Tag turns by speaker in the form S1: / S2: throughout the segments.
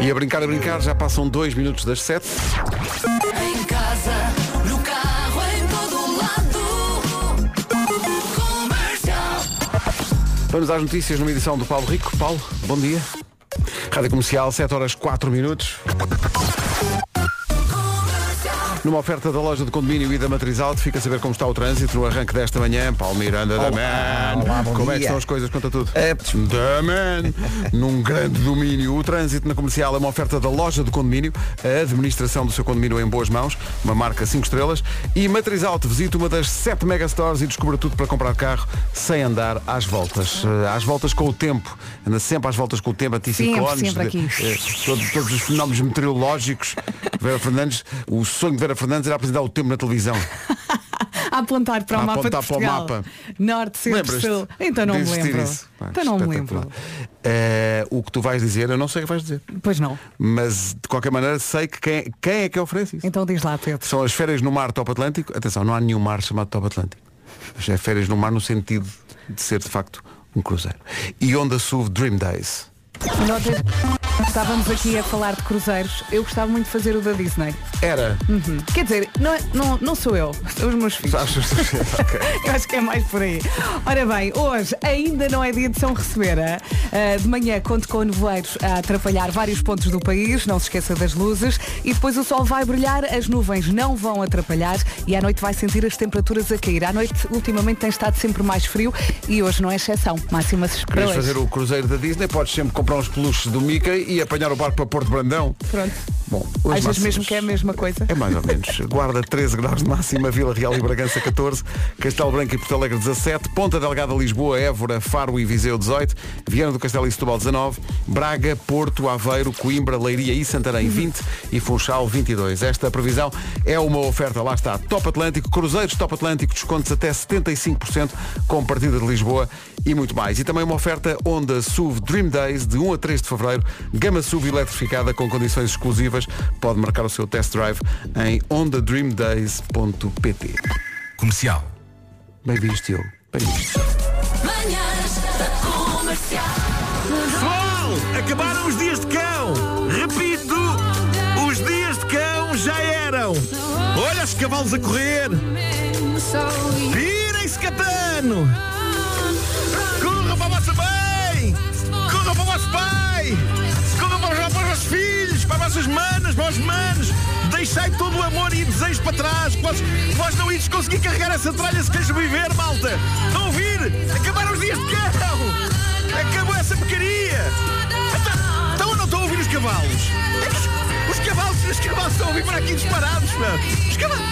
S1: E a brincar, a brincar, já passam dois minutos das sete.
S2: Em casa, no carro, em todo lado. Comercial.
S1: Vamos às notícias numa edição do Paulo Rico. Paulo, bom dia. Rádio Comercial, 7 horas 4 minutos. Numa oferta da loja de condomínio e da Matriz Alto, fica a saber como está o trânsito no arranque desta manhã. Paulo Miranda da Man.
S3: olá, bom
S1: como é que
S3: dia.
S1: estão as coisas? Conta tudo.
S3: É,
S1: Da Man. Num grande domínio. O trânsito na comercial é uma oferta da loja de condomínio, a administração do seu condomínio é em boas mãos, uma marca 5 estrelas. E Matriz Alto, visite uma das 7 megastores e descubra tudo para comprar carro sem andar às voltas. Eh, Às voltas com o tempo. Anda sempre às voltas com o tempo, anticiclones.
S4: Sempre, sempre
S1: de-
S4: aqui.
S1: eh, todos, todos os fenómenos meteorológicos. Vera Fernandes, o sonho de Vera Fernandes era apresentar o tempo na televisão.
S4: A apontar para
S1: A
S4: o mapa
S1: apontar
S4: de
S1: para o
S4: Portugal.
S1: mapa.
S4: Norte, centro,
S1: Lembras-te
S4: sul. Então não
S1: de
S4: me
S1: existir
S4: lembro.
S1: isso? Pá,
S4: Então não me
S1: espetacular.
S4: lembro.
S1: Eh, o que tu vais dizer, eu não sei o que vais dizer.
S4: Pois não.
S1: Mas de qualquer maneira sei que quem, quem é que oferece isso.
S4: Então diz lá, Pedro.
S1: São as férias no mar Top Atlântico. Atenção, não há nenhum mar chamado Top Atlântico. Mas é férias no mar no sentido de ser de facto um cruzeiro. E onda SUV Dream Days.
S4: Notas- Estávamos aqui a falar de cruzeiros. Eu gostava muito de fazer o da Disney.
S1: Era.
S4: Uhum. Quer dizer, não, é- não, não sou eu, são os meus filhos.
S1: Achas? Ok.
S4: Eu acho que é mais por aí. Ora bem, hoje ainda não é dia de São Recebera. Ah, de manhã conto com nevoeiros a atrapalhar vários pontos do país, não se esqueça das luzes. E depois o sol vai brilhar, as nuvens não vão atrapalhar e à noite vai sentir as temperaturas a cair. À noite, ultimamente, tem estado sempre mais frio e hoje não é exceção. Máximas para
S1: Queres
S4: hoje.
S1: fazer o cruzeiro da Disney, podes sempre comprar uns peluches do Mickey e apanhar o barco para Porto Brandão.
S4: Pronto.
S1: Bom,
S4: Às
S1: hoje
S4: vezes
S1: máximos-
S4: mesmo que é a mesma coisa.
S1: É mais ou menos. Guarda 13 graus de máxima, Vila Real e Bragança 14, Castelo Branco e Porto Alegre 17, Ponta Delgada, Lisboa, Évora, Faro e Viseu 18, Viana do Castelo e Setúbal 19, Braga, Porto, Aveiro, Coimbra, Leiria e Santarém 20 e Funchal 22. Esta previsão é uma oferta, lá está, Top Atlântico, Cruzeiros Top Atlântico, descontos até 75% com partida de Lisboa e muito mais. E também uma oferta Honda SUV Dream Days de 1 a 3 de fevereiro, gama SUV eletrificada com condições exclusivas. Pode marcar o seu test drive em ondadreamdays.pt.
S5: Comercial.
S1: Bem visto, eu. Bem visto.
S2: Manhãs da comercial.
S5: Pessoal, acabaram os dias de cão. Repito, os dias de cão já eram. Olha os cavalos a correr. Virem-se, Catano. Corra para a vossa mãe. Corra para o vosso pai. Corra para os, para os vossos filhos, para as vossas manas, para os manos. Deixai todo o amor e desejo para trás. que Vós, que vós não ides conseguir carregar essa tralha se queres viver, malta. Estão a ouvir? Acabaram os dias de cão. Acabou essa porcaria. Então- Então eu não estou a ouvir os cavalos. É que os, os cavalos, os cavalos estão a ouvir para aqui disparados, meu. Os cavalos.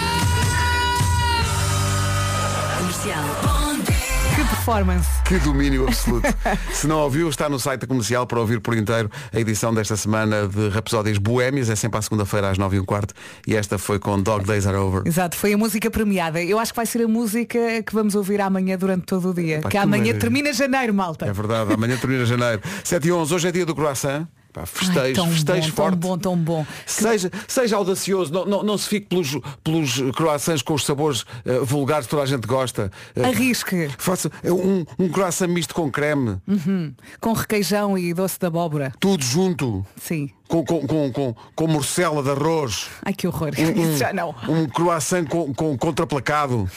S4: Que performance.
S1: Que domínio absoluto. Se não ouviu, está no site da comercial para ouvir por inteiro a edição desta semana de Rapsódias Boémias. É sempre à segunda-feira às 9 e um quarto. E esta foi com Dog Days Are Over.
S4: Exato, foi a música premiada. Eu acho que vai ser a música que vamos ouvir amanhã durante todo o dia.
S1: Epá, que
S4: que amanhã
S1: maravilha.
S4: termina janeiro, malta.
S1: É verdade, amanhã termina janeiro. 7 e 11, hoje é dia do croissant. Pá, festejo,
S4: Ai, tão
S1: festejo
S4: bom,
S1: forte.
S4: Tão bom, tão bom.
S1: Seja, seja audacioso, não, não, não se fique pelos, pelos croissants com os sabores eh, vulgares que toda a gente gosta. Eh,
S4: Arrisque
S1: Faça eh, um, um croissant misto com creme,
S4: Hum. com requeijão e doce de abóbora.
S1: tudo junto,
S4: Sim.
S1: com, com, com, com, com morcela de arroz.
S4: Ai que horror.
S1: Um,
S4: Isso já não.
S1: um croissant com, com contraplacado.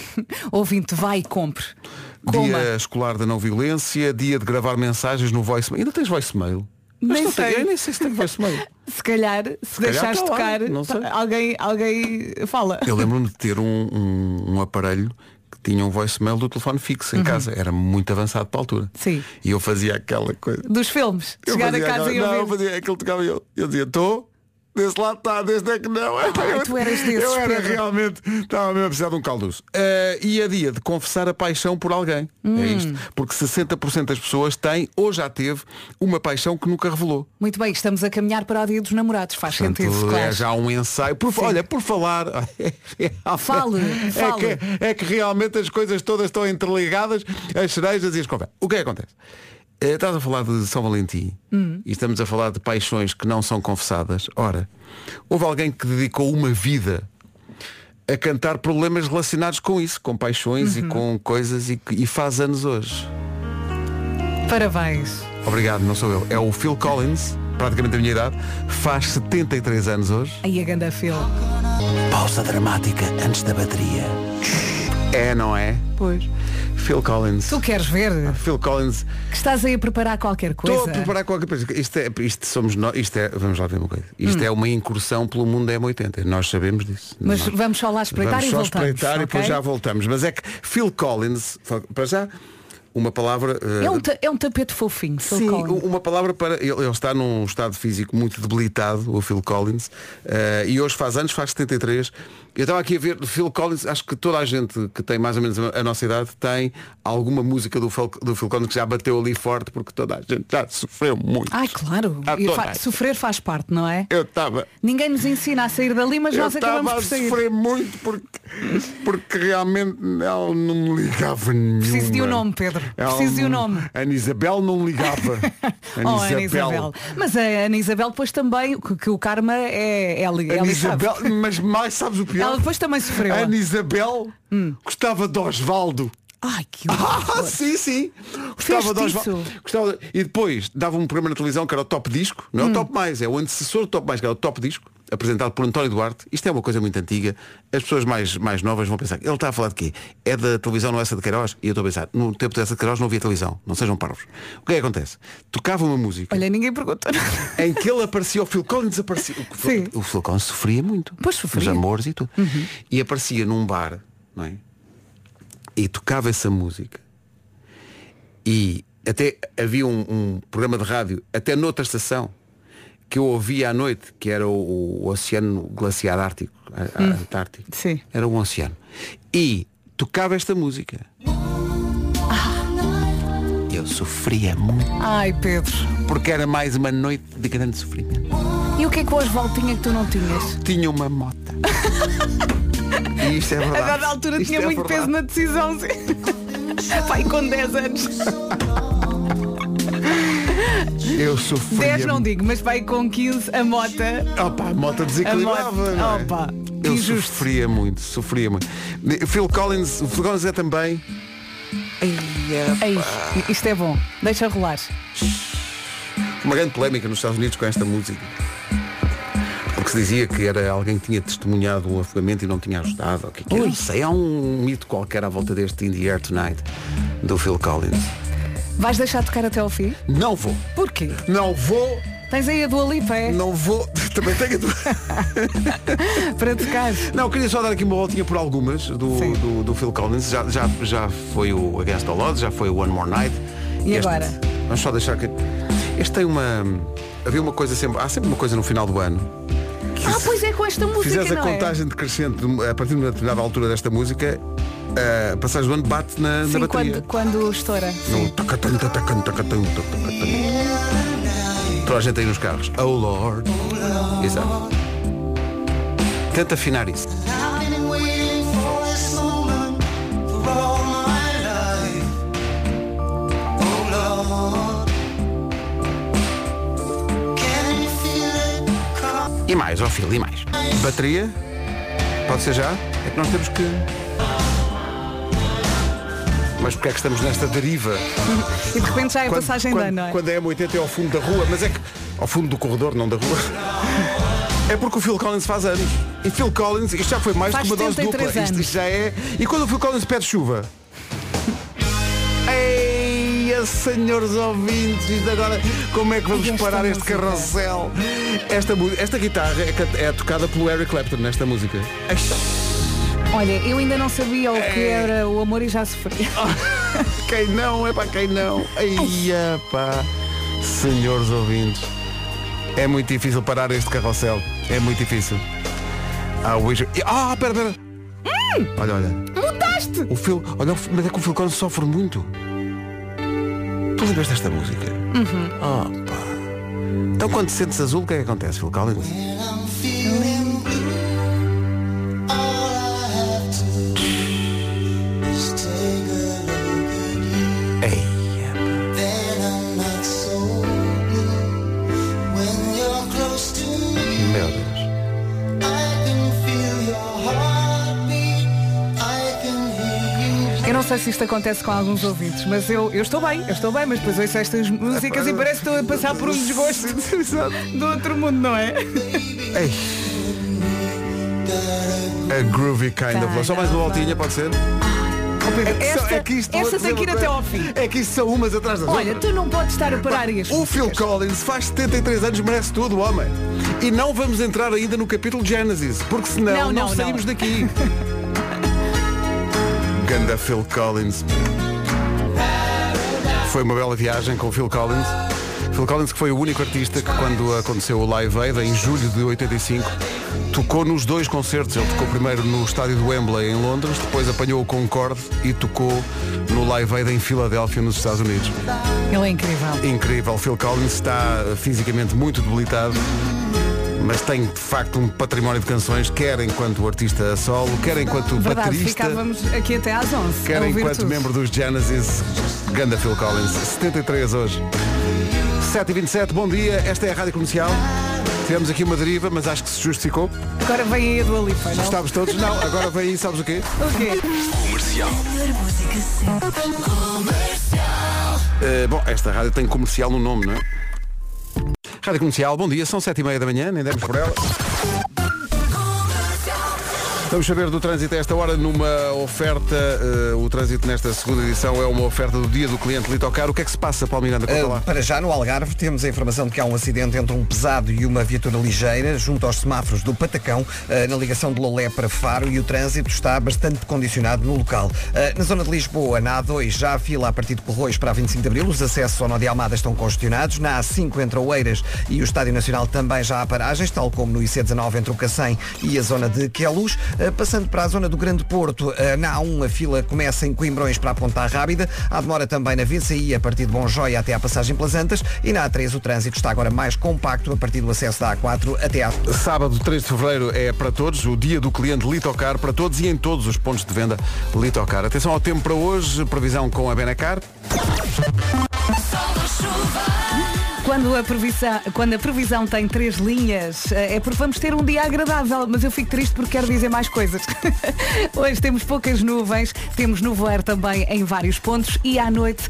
S4: Ouvinte, vai e compre. Coma.
S1: Dia escolar da não violência, dia de gravar mensagens no voicemail. Ainda tens voicemail? Mas
S4: Nem
S1: não tem-
S4: sei.
S1: eu nem sei se tem voicemail.
S4: Se calhar, se,
S1: calhar
S4: deixares
S1: está lá,
S4: tocar,
S1: não sei.
S4: alguém, alguém fala.
S1: Eu lembro-me de ter um, um- um aparelho que tinha um voicemail do telefone fixo em casa. Era muito avançado para a altura.
S4: Uhum. Sim.
S1: E eu fazia aquela coisa.
S4: Dos filmes.
S1: Eu
S4: Chegar a
S1: fazia
S4: casa
S1: aquela-
S4: e
S1: Não, eu
S4: ouvir.
S1: fazia aquilo tocava e eu. Eu dizia, estou. Desse lado está, desde é que não. eu,
S4: Ah, tu eras desses,
S1: eu era
S4: Pedro.
S1: realmente, estava mesmo a precisar de um caldoço. Eh, e a dia de confessar a paixão por alguém.
S4: Hum.
S1: É isto. Porque 60% das pessoas têm, ou já teve, uma paixão que nunca revelou.
S4: Muito bem, estamos a caminhar para o dia dos namorados. Faz
S1: Portanto,
S4: sentido,
S1: é
S4: claro.
S1: já um ensaio. Por,
S4: Sim.
S1: olha, por falar.
S4: Fale,
S1: é
S4: fale.
S1: que- é que realmente as coisas todas estão interligadas, as cerejas e as conversas. O que é que acontece? Eh, Estás a falar de São Valentim
S4: Hum.
S1: e estamos a falar de paixões que não são confessadas. Ora, houve alguém que dedicou uma vida a cantar problemas relacionados com isso, com paixões
S4: Uhum.
S1: e com coisas e, que- e faz anos hoje.
S4: Parabéns.
S1: Obrigado, não sou eu. É o Phil Collins praticamente a minha idade, faz 73 anos hoje.
S4: Aí a ganda fila.
S1: Pausa dramática antes da bateria. É, não é?
S4: Pois.
S1: Phil Collins.
S4: Tu queres é. ver
S1: Phil Collins.
S4: que estás aí a preparar qualquer coisa?
S1: Estou a preparar qualquer coisa. Isto é, isto somos nós, isto é, vamos lá ver uma coisa. Isto é uma incursão pelo mundo da M80. Nós sabemos disso.
S4: Hum. Mas
S1: Nós-
S4: vamos só lá espreitar
S1: vamos
S4: e
S1: só
S4: voltamos,
S1: espreitar e depois
S4: ok?
S1: já voltamos. Mas é que Phil Collins, para já, uma palavra. eh,
S4: É um, ta- é um tapete fofinho, Phil
S1: Sim,
S4: Collins.
S1: uma palavra para. Ele, ele está num estado físico muito debilitado, o Phil Collins, eh, e hoje faz anos, faz 73. Eu estava aqui a ver Phil Collins, acho que toda a gente que tem mais ou menos a, a nossa idade tem alguma música do, Phil- do Phil Collins que já bateu ali forte porque toda a gente já sofreu muito.
S4: Ai, claro.
S1: Ah,
S4: E
S1: tô
S4: fa-
S1: bem.
S4: sofrer faz parte, não é?
S1: Eu estava.
S4: Ninguém nos ensina a sair dali, mas
S1: Eu
S4: nós acabamos
S1: estava a
S4: por sair.
S1: sofrer muito porque, porque realmente ela não me ligava nenhuma.
S4: Preciso de um nome, Pedro.
S1: Ela
S4: Preciso de um
S1: não-
S4: nome.
S1: A Ana Isabel não ligava.
S4: Oh, Ana Isabel. Mas a Ana Isabel depois também, que, que o karma é ela.
S1: Ana
S4: ela sabe.
S1: Isabel, mas mais sabes o pior?
S4: Ela Hum. depois também sofreu.
S1: Ana Isabel gostava de Osvaldo.
S4: Ai, que
S1: Ah,
S4: horror.
S1: sim, sim. Gostava de
S4: Fez-te
S1: Osvaldo.
S4: isso?
S1: Gostava de- E depois dava um programa na televisão que era o Top Disco.
S4: Hum.
S1: Não é o Top Mais, é o antecessor do Top Mais, que era o Top Disco, apresentado por António Duarte. Isto é uma coisa muito antiga. As pessoas mais, mais novas vão pensar, ele está a falar de quê? É da televisão, não é essa de Queiroz? E eu estou a pensar, no tempo dessa de Queiroz não havia televisão. Não sejam parvos. O que é que acontece? Tocava uma música
S4: Olha, ninguém perguntou.
S1: em que ele aparecia, o Phil Collins aparecia. O, Phil-
S4: Sim.
S1: o Phil Collins sofria muito.
S4: Pois sofria. Uhum.
S1: Os amores e tudo. E aparecia num bar, não é? E tocava essa música. E até havia um, um programa de rádio, até noutra estação, que eu ouvia à noite, que era o, o Oceano Glaciar Ártico, a- a- Antártico.
S4: Hum. Sim.
S1: Era um oceano. E tocava esta música.
S4: Ah.
S1: Eu sofria muito.
S4: Ai, Pedro.
S1: Porque era mais uma noite de grande sofrimento
S4: E o que é que o Osvaldo tinha que tu não tinhas?
S1: tinha uma moto. e isto é verdade.
S4: A dada altura
S1: Isto
S4: tinha
S1: é
S4: muito
S1: verdade.
S4: peso na decisão. sim. Pai, com 10 anos.
S1: Eu sofri.
S4: 10 não digo, mas vai com 15 a mota.
S1: Opa, a moto desequilibrava.
S4: A moto-
S1: não é?
S4: Opa,
S1: Eu
S4: injusto.
S1: sofria muito, sofria muito. Phil Collins, o Phil Collins é também.
S4: Ei, isto é bom. Deixa rolar.
S1: uma grande polémica nos Estados Unidos com esta música. Porque se dizia que era alguém que tinha testemunhado um afogamento e não tinha ajudado. ou O que é que era? Não sei, há um mito qualquer à volta deste In the Air Tonight do Phil Collins.
S4: Vais deixar tocar até ao fim?
S1: Não vou,
S4: Porquê?
S1: não vou,
S4: Tens aí a Dua Lipa, é?
S1: não vou. Também tenho a tua.
S4: Para tocar.
S1: Não, queria só dar aqui uma voltinha por algumas do,
S4: Sim.
S1: do, do Phil Collins. Já, já, já foi o Against All Odds, já foi o One More Night.
S4: E
S1: Este-
S4: agora?
S1: Vamos só deixar que. Este tem uma. Havia uma coisa sempre. Há sempre uma coisa no final do ano. que
S4: Ah,
S1: se
S4: pois é com esta música,
S1: Fizeres a
S4: não é?
S1: contagem decrescente de- a partir de uma determinada altura desta música, eh, a passagem do ano bate na, na
S4: Sim,
S1: bateria.
S4: quando, quando estoura.
S1: No tacatum, tacatum, tacatum, tacatum. Toda a gente aí nos carros. Oh Lord. Exato. Tenta afinar isso.
S6: Oh,
S1: E mais, ó filho, e mais. Bateria? Pode ser já? É que nós temos que. Mas porque é que estamos nesta deriva?
S4: E de repente já é passagem de
S1: quando,
S4: ano, não é?
S1: Quando é M80 é ao fundo da rua, mas é que. Ao fundo do corredor, não da rua. É porque o Phil Collins faz anos. E Phil Collins, isto já foi mais
S4: Faz
S1: que uma dose dupla.
S4: 73
S1: Isto,
S4: anos.
S1: isto já é. E quando o Phil Collins pede chuva? Eia, senhores ouvintes, isto agora como é que vamos
S4: E esta
S1: parar este
S4: música?
S1: carrossel? Esta, mu- esta guitarra é, ca- é tocada pelo Eric Clapton nesta música.
S4: Olha, eu ainda não sabia o que
S1: É.
S4: era o amor e já sofri.
S1: Quem não, é para quem não. Eia, pá. Senhores ouvintes. É muito difícil parar este carrossel. É muito difícil. Ah, wish... Ah, pera, pera. Olha, olha.
S4: Mudaste!
S1: O Phil... Olha, o Phil- mas é que o Phil Collins sofre muito. Tu lembras desta música? Uhum. Oh, pá. Então quando sentes azul, o que é que acontece, Phil Collins? Eia, pá. Meu Deus.
S4: Eu não sei se isto acontece com alguns ouvidos, mas eu, eu estou bem, eu estou bem, mas depois ouço estas músicas e parece que estou a passar por um desgosto
S1: Exato.
S4: do outro mundo, não é?
S1: Ei. A groovy kind of love. Só mais uma voltinha, pode ser?
S4: Ah. Esta,
S1: É que isto-
S4: esta tem que ir
S1: vou dizer uma coisa.
S4: até ao fim.
S1: É que isto são umas atrás das
S4: Olha,
S1: outras.
S4: tu não podes estar a parar isto.
S1: O Phil Collins faz 73 anos, merece tudo, homem. E não vamos entrar ainda no capítulo Genesis, porque senão não,
S4: Não, não, não.
S1: saímos daqui. Ganda Phil Collins. Foi uma bela viagem com o Phil Collins. Phil Collins que foi o único artista que quando aconteceu o Live Aid em julho de 85 tocou nos dois concertos. Ele tocou primeiro no estádio do Wembley em Londres, depois apanhou o Concorde e tocou no Live Aid em Filadélfia nos Estados Unidos.
S4: Ele é incrível.
S1: Incrível, Phil Collins está fisicamente muito debilitado, mas tem de facto um património de canções, quer enquanto artista a solo, quer enquanto
S4: Verdade,
S1: baterista,
S4: ficávamos aqui até às 11.
S1: quer
S4: a ouvir
S1: enquanto
S4: tudo.
S1: membro dos Genesis. Ganda Phil Collins, 73 hoje. 7h27, bom dia, esta é a Rádio Comercial. Tivemos aqui uma deriva, mas acho que se justificou.
S4: Agora vem aí a Dua Lipa, não?
S1: Estávamos todos? Não, agora vem aí, sabes o quê?
S4: O quê?
S1: Eh, bom, esta rádio tem comercial no nome, não é? Rádio Comercial, bom dia, são 7h30 da manhã, nem demos por ela. Vamos saber do trânsito a esta hora numa oferta, eh, o trânsito nesta segunda edição é uma oferta do dia do cliente Litocar. O que é que se passa, Paulo Miranda? Conta lá.
S3: Uh, Para já, no Algarve, temos a informação de que há um acidente entre um pesado e uma viatura ligeira, junto aos semáforos do Patacão, uh, na ligação de Lolé para Faro, e o trânsito está bastante condicionado no local. Uh, Na zona de Lisboa, na A2, já a fila a partir de Corroios para a 25 de Abril, os acessos ao Nó de Almada estão congestionados, na A5 entre Oeiras e o Estádio Nacional também já há paragens, tal como no IC19 entre o Cacém e a zona de Queluz. Uh, Passando para a zona do Grande Porto, uh, na A1, a fila começa em Coimbrões para a Ponta Rábida, há demora também na VCI a partir de Bonjoia até à passagem pelas Antas, e na A3 o trânsito está agora mais compacto a partir do acesso da A4 até à...
S1: Eh, Sábado 3 de Fevereiro é para todos, o dia do cliente Litocar para todos e em todos os pontos de venda Litocar. Atenção ao tempo para hoje, previsão com a Benacar.
S4: Quando a, previsão, quando a previsão tem três linhas, eh, é porque vamos ter um dia agradável, mas eu fico triste porque quero dizer mais coisas. Hoje temos poucas nuvens, temos nuvoeiro também em vários pontos e à noite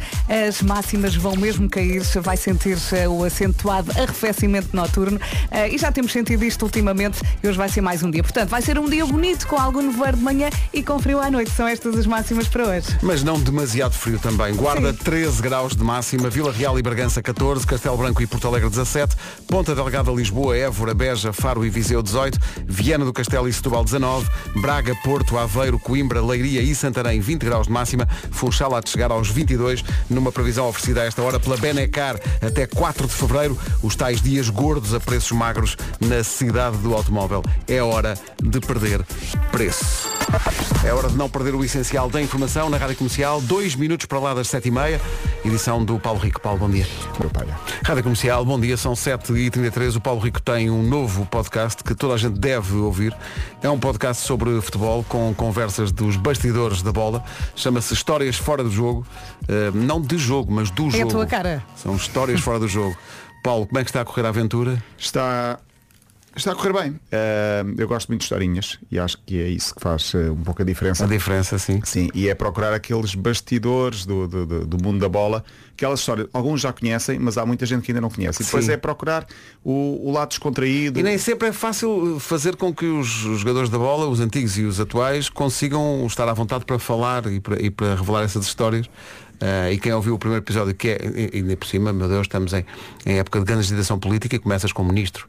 S4: as máximas vão mesmo cair, se vai sentir eh, o acentuado arrefecimento noturno eh, e já temos sentido isto ultimamente e hoje vai ser mais um dia. Portanto, vai ser um dia bonito com algum nuvoeiro de manhã e com frio à noite. São estas as máximas para hoje.
S1: Mas não demasiado frio também. Guarda 13 graus de máxima, Vila Real e Bragança 14, Castelo Branco e Porto Alegre 17, Ponta Delgada, Lisboa, Évora, Beja, Faro e Viseu 18, Viana do Castelo e Setúbal 19, Braga, Porto, Aveiro, Coimbra, Leiria e Santarém 20 graus de máxima, Funchal há de chegar aos 22, numa previsão oferecida a esta hora pela Benecar até 4 de fevereiro, os tais dias gordos a preços magros na cidade do automóvel. É hora de perder preço. É hora de não perder o essencial da informação na Rádio Comercial. Dois minutos para lá das sete e meia. Edição do Paulo Rico. Paulo, bom dia. Meu pai.
S7: é.
S1: Rádio Comercial, bom dia. São 7h33. O Paulo Rico tem um novo podcast que toda a gente deve ouvir. É um podcast sobre futebol com conversas dos bastidores da bola. Chama-se Histórias Fora do Jogo. Eh, não de jogo, mas do jogo.
S4: É a tua cara.
S1: São histórias fora do jogo. Paulo, como é que está a correr a aventura?
S7: Está, está a correr bem. Ah, eu gosto muito de historinhas e acho que é isso que faz ah, um pouco a diferença.
S1: A diferença, sim.
S7: Sim, e é procurar aqueles bastidores do, do, do- do mundo da bola, aquelas histórias, alguns já conhecem, mas há muita gente que ainda não conhece. E depois
S1: Sim.
S7: é procurar o, o lado descontraído.
S1: E nem sempre é fácil eh, fazer com que os os jogadores da bola, os antigos e os atuais, consigam estar à vontade para falar e para, e para revelar essas histórias. Ah, e quem ouviu o primeiro episódio, que é, e- e ainda por cima, meu Deus, estamos em, em época de grande agitação política e começas com o ministro.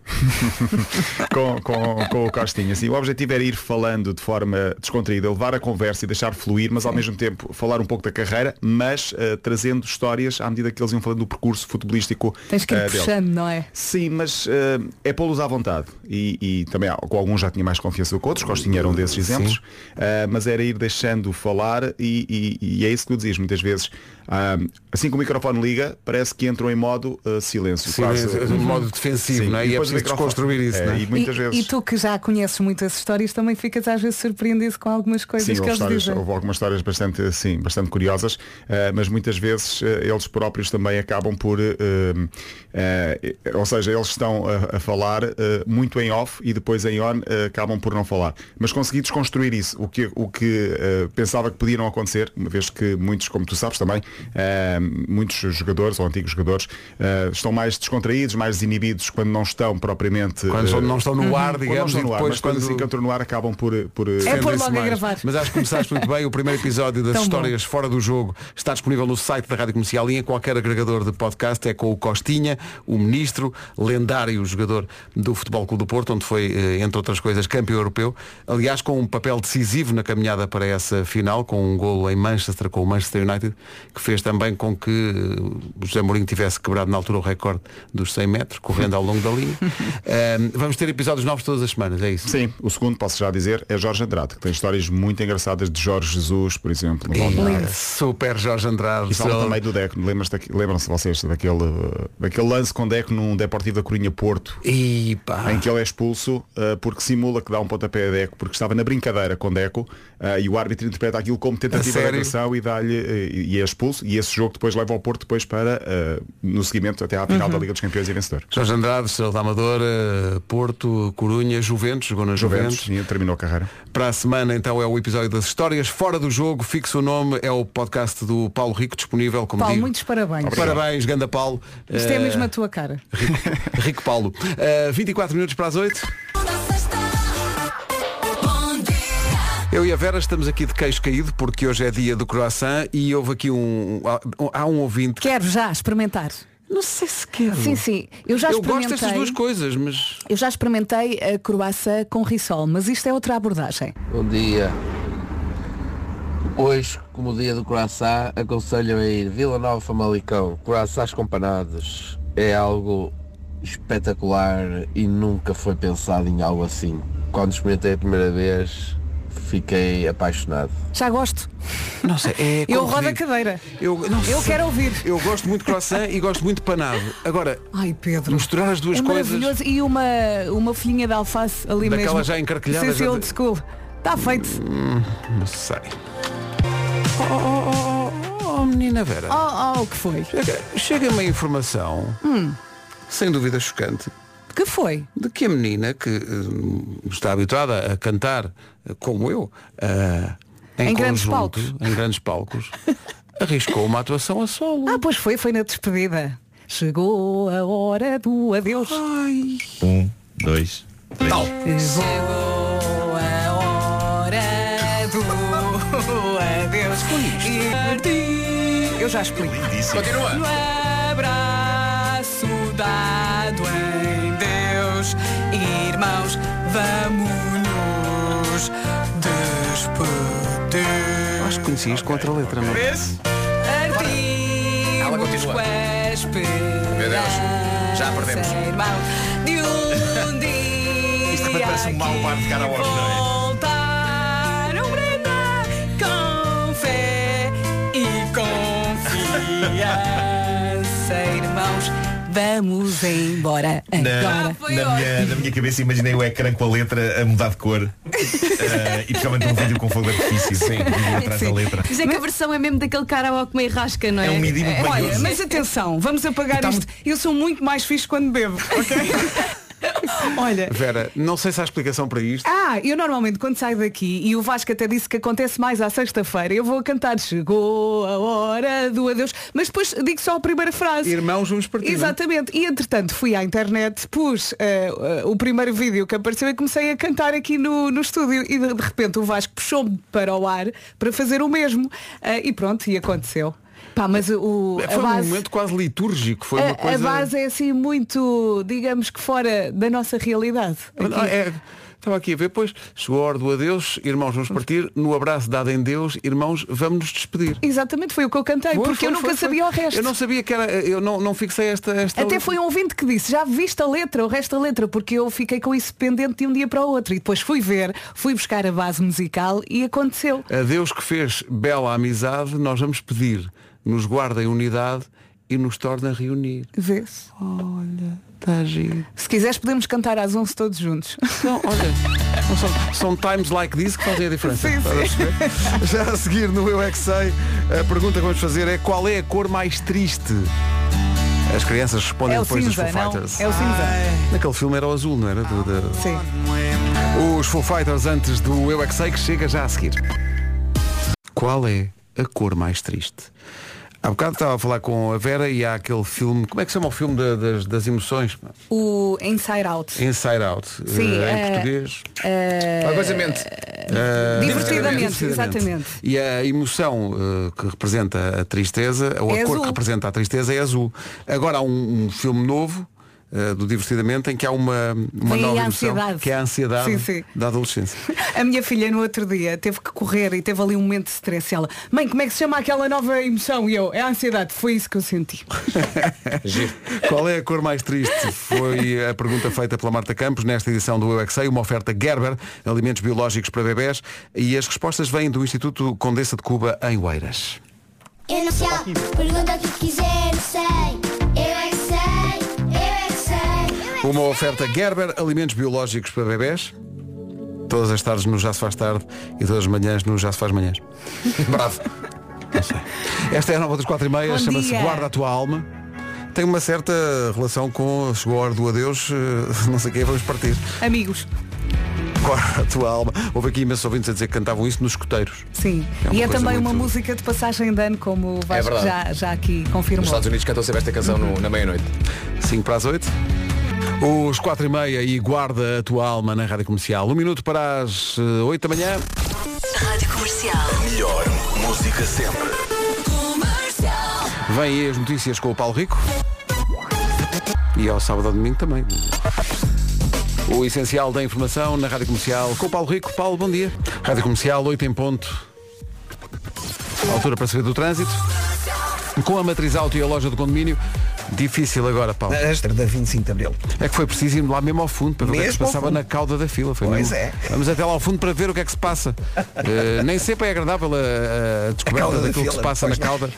S7: com, com- com o Costinha. Sim, o objetivo era ir falando de forma descontraída, levar a conversa e deixar fluir, mas ao mesmo tempo falar um pouco da carreira, mas eh, trazendo histórias à medida que eles iam falando do percurso futebolístico
S4: Tens que ir
S7: eh, deles.
S4: puxando, não é?
S7: Sim, mas eh, é pô-los à vontade. E, e também há- com alguns já tinha mais confiança do que outros, Costinha era um desses exemplos. Eh, mas era ir deixando falar e, e- e é isso que tu dizes. Muitas vezes ah, assim que o microfone liga, parece que entram em modo uh, silêncio.
S1: Sim,
S7: quase.
S1: é um modo defensivo,
S7: Sim,
S1: não é? E é
S7: depois o
S1: preciso
S7: microfone-
S1: desconstruir isso,
S7: É,
S1: não é?
S7: E muitas
S4: e,
S7: vezes.
S4: e tu que já conheces muitas histórias também ficas às vezes surpreendido com algumas coisas
S7: Sim,
S4: que
S7: houve,
S4: eles
S7: histórias,
S4: dizem.
S7: houve algumas histórias bastante, sim, bastante curiosas, eh, mas muitas vezes eh, eles próprios também acabam por, eh, eh, ou seja, eles estão a, a falar eh, muito em off e depois em on eh, acabam por não falar. Mas consegui desconstruir isso, o que, o que eh, pensava que podia não acontecer, uma vez que muitos, como tu sabes também, eh, muitos jogadores ou antigos jogadores eh, estão mais descontraídos, mais inibidos quando não estão propriamente...
S1: Quando
S7: eh,
S1: estão- não estão no ar,
S7: quando não
S1: digamos,
S7: estão
S1: e
S7: no ar,
S1: depois
S7: mas quando, assim que
S1: quando...
S7: entram no ar acabam por... por eh,
S4: É pôr
S1: defendem-se
S4: logo a
S1: mais.
S4: gravar.
S1: Mas acho que começaste muito bem. O primeiro episódio das
S4: Tão bom.
S1: histórias fora do jogo está disponível no site da Rádio Comercial e em qualquer agregador de podcast. É com o Costinha, o ministro, lendário jogador do Futebol Clube do Porto, onde foi, eh, entre outras coisas, campeão europeu. Aliás, com um papel decisivo na caminhada para essa final, com um golo em Manchester, com o Manchester United, que fez também com que eh, o José Mourinho tivesse quebrado na altura o recorde dos 100 metros, correndo ao longo da linha. Eh, vamos ter episódios novos todas as semanas, é isso?
S7: Sim, o segundo, posso já dizer, é Jorge Andrade, que tem histórias muito engraçadas de Jorge Jesus, por exemplo. no Balneário.
S1: Super Jorge Andrade.
S7: E fala
S1: Jorge.
S7: também do Deco, lembras-te daqui- lembram-se vocês daquele, uh, daquele lance com Deco num Deportivo da Corinha Porto,
S1: E pá.
S7: em que ele é expulso uh, porque simula que dá um pontapé a Deco, porque estava na brincadeira com Deco, uh, e o árbitro interpreta aquilo como
S1: A
S7: tentativa de
S1: sério?
S7: agressão e dá-lhe uh, e é expulso, e esse jogo depois leva ao Porto depois para, uh, no seguimento, até à final da Liga dos Campeões e vencedor.
S1: Jorge Andrade, Estrela da Amadora, Porto, Corunha, Juventus, jogou na Juventus.
S7: Juventus, e terminou a carreira.
S1: Para a semana então é o episódio das histórias fora do jogo, fixo o nome, é o podcast do Paulo Rico disponível, como
S4: Paulo,
S1: digo.
S4: muitos parabéns.
S1: Parabéns, Ganda Paulo.
S4: Isto é
S1: Eh,
S4: mesmo a tua cara.
S1: Rico Paulo. Eh, 24 minutos para as 8.
S2: Toda sexta, bom dia.
S1: Eu e a Vera estamos aqui de queixo caído porque hoje é dia do croissant e houve aqui um. Há um ouvinte.
S4: Quero já experimentar.
S1: Não sei se quer.
S4: Sim, sim. Eu já
S1: Eu gosto
S4: experimentei.
S1: destas duas coisas, mas.
S4: Eu já experimentei a croaça com risol, mas isto é outra abordagem.
S8: Bom dia. Hoje, como dia do croissant, aconselho a ir Vila Nova Famalicão. Croissants com panados. É algo espetacular e nunca foi pensado em algo assim. Quando experimentei a primeira vez, fiquei apaixonado.
S4: Já gosto.
S1: Não sei. É
S4: Eu
S1: como
S4: rodo a
S1: pedir.
S4: cadeira.
S1: Eu, não
S4: Eu
S1: sei.
S4: quero ouvir.
S1: Eu gosto muito de croissant e gosto muito de panado. Agora,
S4: Ai, Pedro.
S1: misturar as duas
S4: é
S1: coisas.
S4: maravilhoso. E uma, uma folhinha de alface ali
S1: Daquela
S4: mesmo.
S1: já encarquilhada,
S4: Sim, sim,
S1: já-
S4: old school. Está feito.
S1: Não sei. Oh, oh, oh, oh, oh, menina Vera.
S4: Oh, oh, o que foi?
S1: Chega- Chega-me a informação,
S4: Hum.
S1: sem dúvida chocante,
S4: que foi?
S1: de que a menina que hum, está habituada a cantar, como eu, ah, em,
S4: Em grandes
S1: conjunto,
S4: palcos.
S1: em grandes palcos, arriscou uma atuação a solo.
S4: Ah, pois foi, foi na despedida. Chegou a hora do adeus.
S1: Ai.
S9: Um, dois, três.
S4: Chegou a hora do adeus. E ti- Eu já explico. Continua. No abraço dado em Deus, irmãos, vamos-nos despedir.
S1: Acho que conheci isto com outra letra, não?
S4: Partimos com a esperança Meu Deus, já perdemos De um dia Isto também parece um mau bar de karaoke, não é? Voltar um brindar com fé e confiança Irmãos, vamos embora
S9: Na,
S4: agora
S9: na, minha, na minha cabeça imaginei o ecrã com a letra a mudar de cor Eh, e principalmente um vídeo com fogo de artifício sim, um vídeo atrás da letra
S10: Mas é que a versão é mesmo daquele karaoke meio rasca, não é?
S9: é um midi muito
S4: Olha,
S9: manhoso.
S4: mas atenção, vamos apagar
S9: tá
S4: isto Eu sou muito mais fixe quando bebo, ok? Olha,
S1: Vera, não sei se há explicação para isto.
S4: Ah, eu normalmente quando saio daqui, e o Vasco até disse que acontece mais à sexta-feira, eu vou a cantar Chegou a hora do adeus, mas depois digo só a primeira frase.
S1: Irmãos, vamos partir. não é?
S4: Exatamente, e entretanto fui à internet, pus eh, eh, o primeiro vídeo que apareceu e comecei a cantar aqui no, no estúdio e de, de repente o Vasco puxou-me para o ar para fazer o mesmo Eh, e pronto, e aconteceu. Pá, mas o, a
S1: Foi
S4: base-
S1: um momento quase litúrgico, foi
S4: a-
S1: uma coisa.
S4: a base é assim muito, digamos que fora da nossa realidade.
S1: Ah,
S4: Aqui.
S1: é, Estava aqui a ver, pois, chegou a hora do adeus, irmãos, vamos partir, no abraço dado em Deus, irmãos, vamos nos despedir.
S4: Exatamente, foi o que eu cantei,
S1: Foi,
S4: porque
S1: foi,
S4: eu nunca
S1: foi, foi.
S4: sabia o resto.
S1: Eu não sabia que era, eu não, não fixei esta, esta
S4: Até foi um ouvinte que disse, já viste a letra, o resto da letra, porque eu fiquei com isso pendente de um dia para o outro. E depois fui ver, fui buscar a base musical e aconteceu.
S1: A Deus que fez bela amizade, nós vamos pedir. nos guarda em unidade e nos torna a reunir.
S4: Vês?
S1: Olha,
S4: tá
S1: está giro.
S4: Se quiseres podemos cantar às 11 todos juntos.
S1: Não, Então, olha, não são, são times like this que fazem a diferença.
S4: Sim,
S1: Estás a perceber? Já a seguir no Eu É Que Sei, a pergunta que vamos fazer é qual é a cor mais triste? As crianças respondem
S4: É o
S1: depois
S4: cinza,
S1: dos Foo
S4: não?
S1: Fighters.
S4: É o Ah, cinza.
S1: Naquele filme era o azul, não era? Do- da-
S4: Sim.
S1: Os Foo Fighters antes do Eu É Que Sei, que chega já a seguir. Qual é a cor mais triste? Há bocado estava a falar com a Vera e há aquele filme, como é que se chama o filme da- das, das emoções? pá?
S4: O Inside Out.
S1: Inside Out,
S4: Sim,
S1: eh, em
S4: eh,
S1: português.
S11: Vagosamente.
S1: Eh,
S4: Divertidamente, exatamente.
S1: E a emoção eh, que representa a tristeza, ou a
S4: É
S1: cor
S4: azul.
S1: que representa a tristeza é azul. Agora há um, um filme novo eh, do Divertidamente em que há uma, uma
S4: Vem aí
S1: nova
S4: a
S1: emoção
S4: ansiedade.
S1: que é a ansiedade
S4: Sim, sim.
S1: da adolescência.
S4: A minha filha no outro dia teve que correr e teve ali um momento de stress. Ela, mãe, como é que se chama aquela nova emoção? E eu, é a ansiedade. Foi isso que eu senti.
S1: Qual é a cor mais triste? Foi a pergunta feita pela Marta Campos nesta edição do Eu é Que Sei, uma oferta Gerber, alimentos biológicos para bebés, e as respostas vêm do Instituto Condessa de Cuba em Oeiras.
S2: Eu não sei, pergunta o que quiser, eu sei. Eu é que sei, eu é que sei.
S1: Uma oferta Gerber, alimentos biológicos para bebés. Todas as tardes no Já se faz tarde e todas as manhãs no Já se faz manhãs. Bravo. Não sei. Esta é a nova das quatro e meia,
S4: Bom
S1: chama-se
S4: dia.
S1: Guarda a tua alma. Tem uma certa relação com chegou a hora do adeus, eh, não sei quem, vamos partir.
S4: Amigos,
S1: Guarda a tua alma. Houve aqui imensos ouvintes a dizer que cantavam isso nos escuteiros.
S4: sim.
S1: É uma
S4: e é
S1: coisa
S4: também uma
S1: muito- É
S4: música de passagem de ano, como o Vasco
S11: verdade.
S4: já, já aqui
S11: Nos
S4: confirmou.
S11: Estados Unidos cantam sempre esta canção no- na meia-noite.
S1: 5 para as 8. Os 4 e meia e guarda a tua alma na Rádio Comercial. Um minuto para as 8 da manhã.
S2: Rádio Comercial.
S12: Melhor música sempre.
S2: Comercial.
S1: Vêm aí as notícias com o Paulo Rico. E ao sábado ou domingo também. O essencial da informação na Rádio Comercial com o Paulo Rico. Paulo, bom dia. Rádio Comercial, 8 em ponto. Altura para saber do trânsito. Com a matriz alto e a loja do condomínio. Difícil agora, Paulo.
S3: A Astra da 25 de Abril.
S1: É que foi preciso irmos lá mesmo ao fundo para ver o que é que se
S3: Mesmo ao
S1: passava
S3: fundo.
S1: na cauda da fila. Foi
S3: Pois
S1: mesmo.
S3: é.
S1: Vamos até lá ao fundo para ver o que é que se passa. Eh, nem sempre é agradável a, a descoberta
S3: cauda da
S1: daquilo que se
S3: fila,
S1: passa na
S3: pois
S1: cauda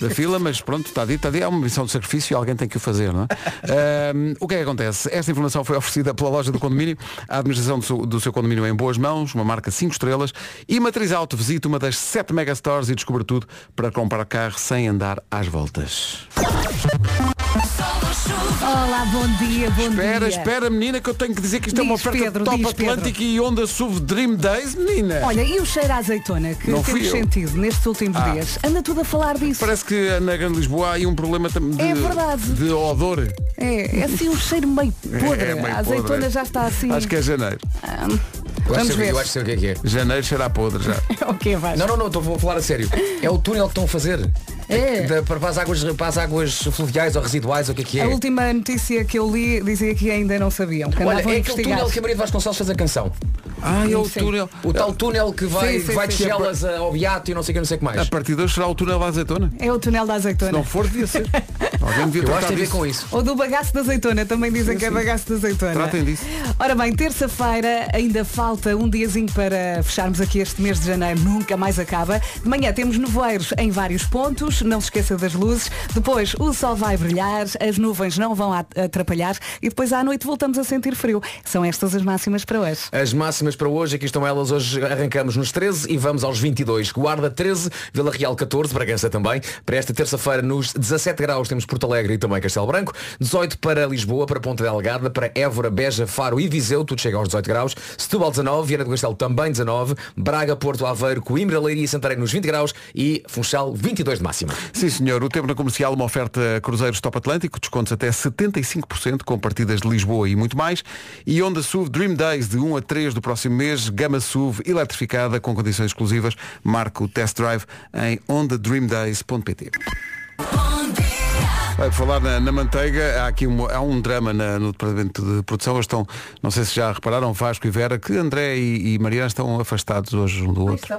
S1: da fila, mas pronto, está dito, está dito. É uma missão de sacrifício e alguém tem que o fazer, não é? Ahm, o que é que acontece? Esta informação foi oferecida pela loja do condomínio, a administração do seu, do seu condomínio é em boas mãos, uma marca 5 estrelas, e Matriz Auto visita uma das 7 megastores e descobre tudo para comprar carro sem andar às voltas.
S4: Olá, bom dia, bom
S1: Espera,
S4: dia.
S1: espera, menina, que eu tenho que dizer que isto é uma
S4: Diz,
S1: oferta
S4: Pedro,
S1: top
S4: diz, Pedro.
S1: Atlântico e onda SUV Dream Days, menina.
S4: Olha, e o cheiro à azeitona que
S1: Não fui
S4: temos
S1: eu.
S4: sentido nestes últimos
S1: Ah.
S4: dias? Anda tudo a falar disso.
S1: Parece que é na Grande Lisboa há aí um problema tam- de,
S4: É verdade.
S1: de odor.
S4: É, é assim um cheiro meio podre.
S1: É meio
S4: a azeitona
S1: podre.
S4: já está assim.
S1: Acho que é janeiro.
S11: Eu acho,
S4: Vamos
S11: que sei-
S4: ver.
S11: eu acho que sei o que é que é.
S1: Janeiro será podre já.
S4: Ok, vai.
S11: Não, não, não, estou vou falar a sério. É o túnel que estão a fazer.
S4: É.
S11: Da- para, para as águas, para as águas fluviais ou residuais, ou o que é que é.
S4: A última notícia que eu li dizia que ainda não sabiam. Que
S11: Olha,
S4: andavam a
S11: é aquele
S4: investigar.
S11: túnel que a Maria de Vasconcelos fez a canção.
S1: Ah, é o
S4: Sim.
S1: túnel.
S11: O tal túnel que vai,
S4: Sim, sim,
S11: que vai de
S4: sim.
S11: Chelas a- ao Beato e não sei o que, não sei o que
S1: A
S11: mais.
S1: partir de hoje será o túnel da azeitona.
S4: É o túnel da azeitona.
S1: Não for, devia ser. Alguém devia
S11: Eu
S1: tratar
S11: acho que tem a ver
S1: disso.
S11: com isso.
S4: Ou do bagaço da azeitona, também dizem que é bagaço da azeitona.
S1: Tratem disso.
S4: Ora bem, terça-feira ainda falta um diazinho para fecharmos aqui este mês de janeiro, nunca mais acaba. De manhã temos nevoeiros em vários pontos, não se esqueça das luzes. Depois o sol vai brilhar, as nuvens não vão at- atrapalhar e depois à noite voltamos a sentir frio. São estas as máximas para hoje.
S11: As máximas para hoje, aqui estão elas. Hoje arrancamos nos 13 e vamos aos 22. Guarda 13, Vila Real 14, Bragança também. Para esta terça-feira, nos 17 graus, temos Porto Alegre e também Castelo Branco. 18 para Lisboa, para Ponta Delgada, para Évora, Beja, Faro e Viseu, tudo chega aos 18 graus. Setúbal 19, Viana do Castelo também 19, Braga, Porto, Aveiro, Coimbra, Leiria e Santarém nos 20 graus e Funchal 22 de máxima.
S1: Sim, senhor. O tempo na comercial, uma oferta Cruzeiros Top Atlântico, descontos até 75% com partidas de Lisboa e muito mais. E Honda SUV Dream Days de 1 a 3 do próximo mês, gama SUV eletrificada com condições exclusivas. Marque o test drive em ondadreamdays.pt. Vai falar na, na manteiga, há aqui um, há um drama na- no departamento de produção. Eles estão, não sei se já repararam, Vasco e Vera, que André e, e Mariana estão afastados hoje um do outro.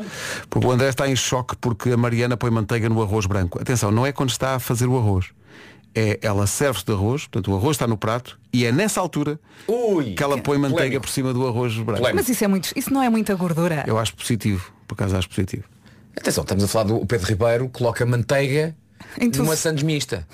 S1: Porque o André está em choque porque a Mariana põe manteiga no arroz branco. Atenção, não é quando está a fazer o arroz. É, ela serve-se de arroz, portanto o arroz está no prato e é nessa altura
S11: Ui,
S1: que ela põe manteiga
S11: polémico.
S1: por cima do arroz branco.
S11: Polémico.
S4: Mas isso é muito, isso não é muita gordura.
S1: Eu acho positivo, por acaso acho positivo.
S11: Atenção, estamos a falar do Pedro Ribeiro, coloca manteiga
S4: Em tudo.
S11: numa sandes mista.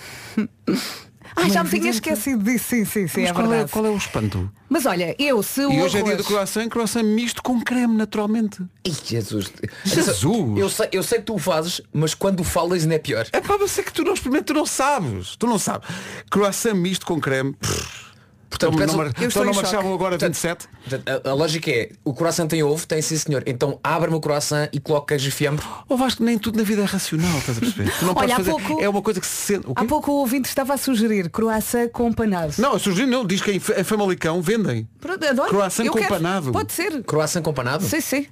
S4: Ah, já me tinha esquecido disso, sim, sim, sim, é
S1: Mas qual, é,
S4: verdade.
S1: qual é o espanto?
S4: Mas olha, eu se o
S1: E hoje é dia do
S4: arroz-
S1: croissant, croissant misto com creme, naturalmente.
S11: Ih, Jesus.
S1: Jesus!
S11: Eu sei, eu sei que tu o fazes, mas quando o falas ainda é pior.
S1: É para você que tu não experimenta, tu não sabes. Tu não sabes. Croissant misto com creme. Pff. Então,
S11: peço-
S1: não mar-
S11: eu
S1: então
S11: estou
S1: não
S11: em choque.
S1: marchavam agora
S11: Portanto,
S1: 27?
S11: portanto, A, a lógica é, o coração tem ovo, tem sim senhor. Então abre-me o coração e coloca queijo e fiambre.
S1: Ou vais que nem tudo na vida é racional, estás a perceber? Tu não
S4: Olha,
S1: podes
S4: há
S1: fazer.
S4: pouco-
S1: É uma coisa que se sente. O quê?
S4: Há pouco o ouvinte estava a sugerir croissant com panado.
S1: Não, surgiu não, diz que em Fa- em Famalicão vendem.
S4: Pronto, adoro.
S1: Croissant
S4: Eu
S1: com
S4: quero.
S1: panado.
S4: Pode ser.
S11: Croissant com panado?
S4: Sim, sim.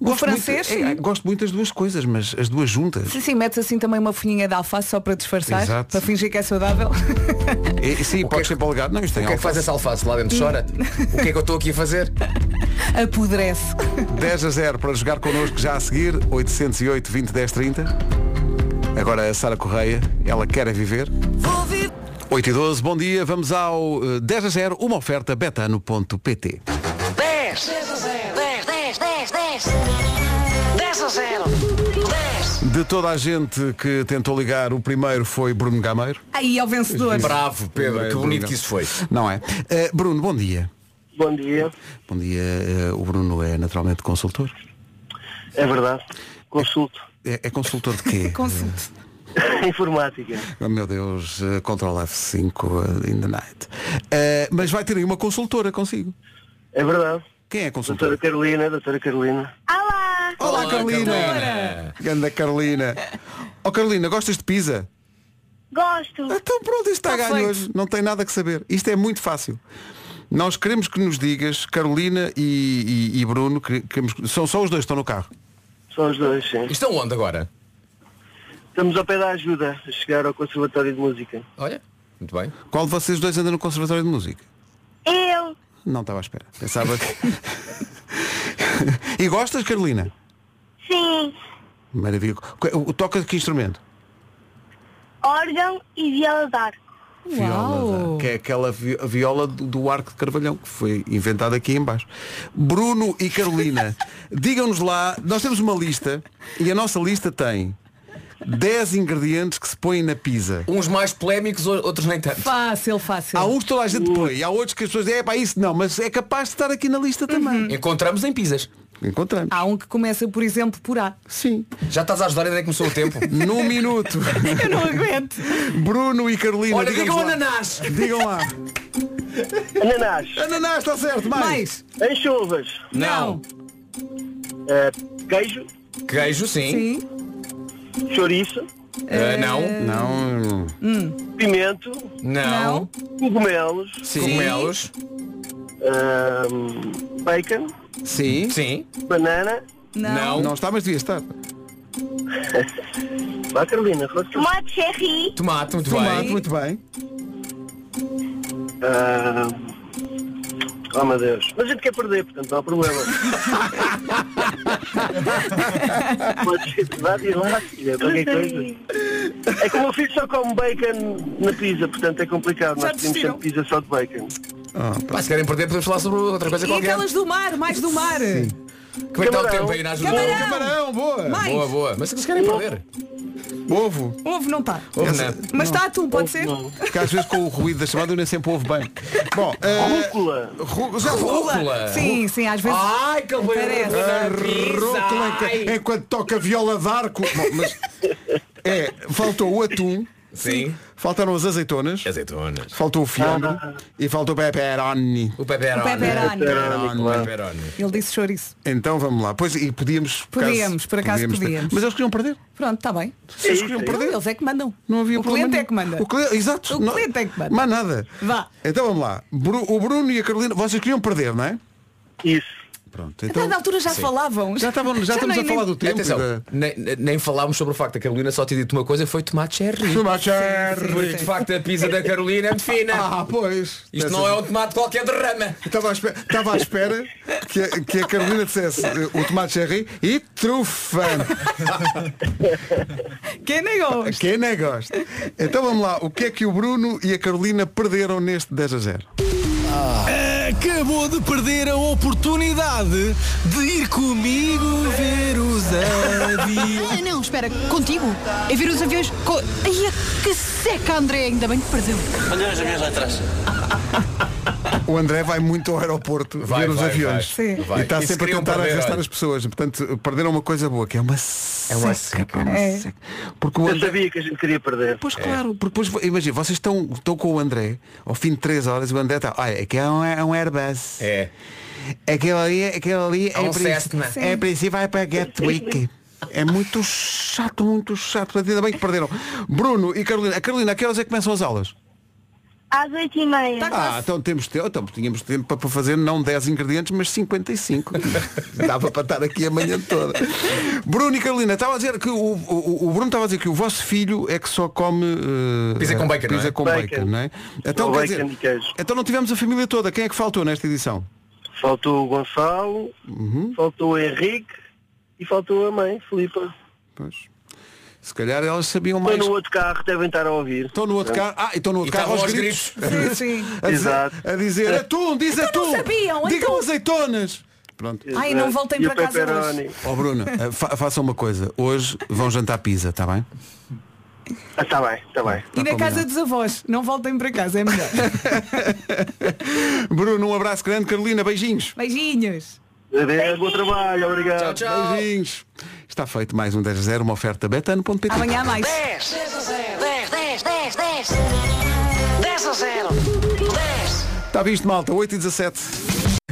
S4: O francês,
S1: muito, é,
S4: sim.
S1: gosto muito das duas coisas, mas as duas juntas.
S4: Sim, sim, metes assim também uma folhinha de alface só para disfarçar,
S1: Exato.
S4: para fingir que é saudável.
S1: É, E, sim, podes ser polegado, não, isto tem
S11: O que é que faz essa alface lá dentro? Chora? o que é que eu estou aqui a fazer?
S4: Apodrece.
S1: 10 a 0 para jogar connosco já a seguir, 808 20 10 30. Agora a Sara Correia, ela quer é viver. 8 e 12, bom dia, vamos ao eh, 10 a 0, uma oferta betano.pt.
S6: 10 10 10 10 10 10 a 0 10
S1: De toda a gente que tentou ligar, o primeiro foi Bruno Gameiro.
S4: Aí é o vencedor.
S11: Bravo, Pedro, que bonito que isso foi.
S1: Não é? Eh, Bruno, bom dia.
S13: Bom dia,
S1: Bom dia, eh, o Bruno é naturalmente consultor.
S13: é verdade. Consulto.
S1: É, é consultor de quê?
S4: Consulto.
S13: Informática.
S1: Oh, meu Deus, eh, Control F5 in the night. Eh, mas vai ter aí uma consultora consigo.
S13: É verdade.
S1: Quem é a consultora?
S13: Doutora Carolina, doutora Carolina.
S1: Olá, Carolina. Ganda Carolina. Ó Carolina, gostas de pizza?
S14: Gosto.
S1: Então pronto, isto está, a ganho hoje. Não tem nada que saber. Isto é muito fácil. Nós queremos que nos digas, Carolina e, e- e Bruno, que, queremos, são só os dois que estão no carro.
S13: São os dois, sim.
S11: Estão é onde agora?
S13: Estamos ao pé da ajuda a chegar ao Conservatório de Música.
S11: Olha. Muito bem.
S1: Qual de vocês dois anda no Conservatório de Música?
S14: Eu.
S1: Não estava à espera. Pensava que... e gostas, Carolina?
S14: Sim.
S1: Maravilha. Qu- o- Toca de que instrumento?
S14: Órgão e viola d'arco.
S1: Viola, da- que é aquela vi- viola do, do arco de Carvalhão, que foi inventada aqui em baixo. Bruno e Carolina, digam-nos lá, nós temos uma lista e a nossa lista tem 10 ingredientes que se põem na pizza.
S11: Uns mais polémicos, ou- outros nem tanto.
S4: Fácil, fácil.
S1: Há um- uns que toda a gente põe, e há outros que as pessoas dizem, é para isso não, mas é capaz de estar aqui na lista
S11: Uhum.
S1: também.
S11: Encontramos em pizzas.
S1: Encontramos.
S4: Há um que começa, por exemplo, por A.
S1: Sim.
S11: Já estás a ajudar ainda nem começou o tempo.
S1: Num minuto.
S4: Eu não aguento.
S1: Bruno e Carolina.
S11: Olha, é
S1: digam-nos
S11: digam
S1: lá.
S11: ananás.
S1: Digam lá.
S13: Ananás,
S1: Ananás, está certo, mais.
S13: anchovas,
S11: Não.
S13: eh, queijo,
S11: Queijo, sim.
S4: Sim.
S13: chouriço,
S11: Ah, não.
S1: Não.
S13: pimento,
S11: Não.
S13: cogumelos,
S1: Sim.
S11: Cogumelos.
S13: ahm, ehm, bacon,
S1: Sim.
S11: Sim.
S13: banana.
S11: Não.
S1: Não está, mas devia estar.
S13: Vá Carolina, faz tu.
S14: Tomate cherry.
S11: Tomate, muito
S1: Tomate,
S11: bem.
S1: muito bem.
S13: Ahm, Ah, oh meu Deus. Mas a gente quer perder, portanto não há problema. Pode ser, vá diz lá, filha, qualquer coisa. É que o meu filho só come bacon na pizza, portanto é complicado. Nós
S4: Já
S13: temos
S4: desistiram?
S13: sempre pizza só de bacon.
S11: Pá, se querem perder, podemos falar sobre outra coisa
S4: E
S11: qualquer.
S4: aquelas do mar, mais do mar.
S11: Como é que está o
S13: Camarão.
S11: tempo aí na ajuda?
S4: Camarão.
S1: Camarão, é um boa.
S4: Mais.
S11: Boa, boa. Mas se eles querem perder.
S1: Ovo.
S4: Ovo não está.
S11: Ouve,
S1: Essa-
S11: não.
S4: Mas está atum, pode ser?
S1: Porque às vezes com o ruído da chamada eu nem sempre ouvo bem. Bom, eh,
S13: Rúcula.
S1: ru- já
S11: Rúcula.
S4: Sim, sim, às vezes.
S1: Ah,
S11: Ai, que
S4: Parece.
S1: A rúcula é que-
S11: Ai.
S1: enquanto toca viola d'arco. Bom, mas é, faltou o atum,
S11: Sim.
S1: faltaram as azeitonas,
S11: Azeitonas.
S1: faltou o fiambre e faltou o pepperoni.
S11: O pepperoni.
S4: Pepperoni.
S11: Pepperoni.
S4: Ele disse chouriço.
S1: Então vamos lá. Pois e podíamos por acaso-
S4: Podíamos, por acaso
S1: ter-
S4: podíamos.
S1: Mas eles queriam perder.
S4: Pronto, está bem.
S1: Se eles queriam
S4: Não,
S1: perder.
S4: eles é que mandam.
S1: Não havia
S4: o
S1: problema
S4: cliente
S1: nenhum.
S4: é que manda.
S1: O cliente, exato.
S4: O
S1: Não-
S4: cliente é que manda.
S1: Mais nada.
S4: Vá.
S1: Então vamos lá. Bru- o Bruno e a Carolina, vocês queriam perder, não é?
S13: Isso.
S1: Pronto.
S4: A
S1: Então,
S4: dada altura já falavam.
S1: já, estavam, já, estamos
S4: nem-
S1: a falar
S4: nem-
S1: do tempo.
S11: Atenção,
S1: e da-
S11: nem, nem falámos sobre o facto da Carolina só ter dito uma coisa, foi tomate cherry.
S1: Tomate cherry.
S11: Porque de facto a pizza da Carolina é muito fina.
S1: Ah, pois.
S11: Isto não é um tomate qualquer de rama.
S1: Estava à espera, estava à espera que, a, que a Carolina dissesse eh, o tomate cherry e trufa.
S4: Quem negou?
S1: Quem nem gosta. Então vamos lá. O que é que o Bruno e a Carolina perderam neste 10 a 0?
S12: A
S15: acabou de perder a oportunidade de ir comigo ver os aviões.
S16: Ah, não, espera, contigo? É ver os aviões. Co... Ai, é que seca, André, ainda bem que perdeu.
S17: Olha os aviões lá atrás.
S1: O André vai muito ao aeroporto
S17: Vai,
S1: ver os
S17: vai,
S1: aviões.
S17: vai. Sim. Vai.
S1: E está
S17: E um se
S1: sempre a
S17: queriam
S1: tentar
S17: perder,
S1: arrastar
S17: olha.
S1: as pessoas. Portanto, perderam uma coisa boa, que é uma seca.
S17: uma
S1: pá, uma
S17: É.
S1: seca. Porque o
S13: Eu
S1: André...
S13: sabia que a gente queria perder.
S1: Pois claro, porque depois, imagina, vocês estão, estão com o André, ao fim de 3 horas, o André está, olha, aqui é um, é um Airbus.
S7: É.
S1: Aquele ali, aquele ali
S7: É um
S1: em princ-
S7: Cessna.
S1: é em princípio vai para Gatwick. É muito chato, muito chato. Portanto, Ainda bem que perderam. Bruno e Carolina. Carolina, a que horas é que começam as aulas?
S14: Às oito e meia.
S1: Ah, então temos tempo, então tínhamos tempo para- para fazer não 10 ingredientes, mas 55. Dava para estar aqui a manhã toda. Bruno e Carolina, estava a dizer que o, o- o Bruno estava a dizer que o vosso filho é que só come eh,
S11: Pizza com bacon, não
S1: pizza
S11: é?
S1: com
S11: Bacon.
S1: bacon, não é? Então,
S13: Ou
S1: quer
S13: bacon e
S1: dizer, então não tivemos a família toda. Quem é que faltou nesta edição?
S13: Faltou o Gonçalo, faltou o Henrique e faltou a mãe, Filipa.
S1: Pois. Se calhar elas sabiam mais.
S13: Estão no outro carro, devem estar a ouvir.
S1: Estão no outro carro. Ah, e estão no outro carro aos gritos.
S13: Sim,
S1: A dizer,
S13: Exato.
S1: a dizer atum, diz
S4: Então não
S1: atum.
S4: sabiam,
S1: Digam
S4: então.
S1: azeitonas. Pronto.
S4: Ai, não voltem
S13: Eh, E o
S4: para casa
S13: pepperoni?
S4: hoje.
S1: Ó Bruno, eh, fa façam uma coisa. Hoje vão jantar pizza, está bem?
S13: Está Ah, tá bem, está bem.
S4: E
S1: Tá
S4: na casa dos avós, não voltem para casa, é melhor.
S1: Bruno, um abraço grande. Carolina, beijinhos.
S4: Beijinhos.
S11: É
S13: Adeus, bom trabalho, obrigado.
S4: Tchau, tchau.
S1: Beijinhos. Está feito mais um 10 a 0, uma oferta betano.pt.
S4: Amanhã há mais.
S6: 10, 10, 10, 10, 10. 10 a 0. 10.
S1: Está visto, malta, 8 e 17.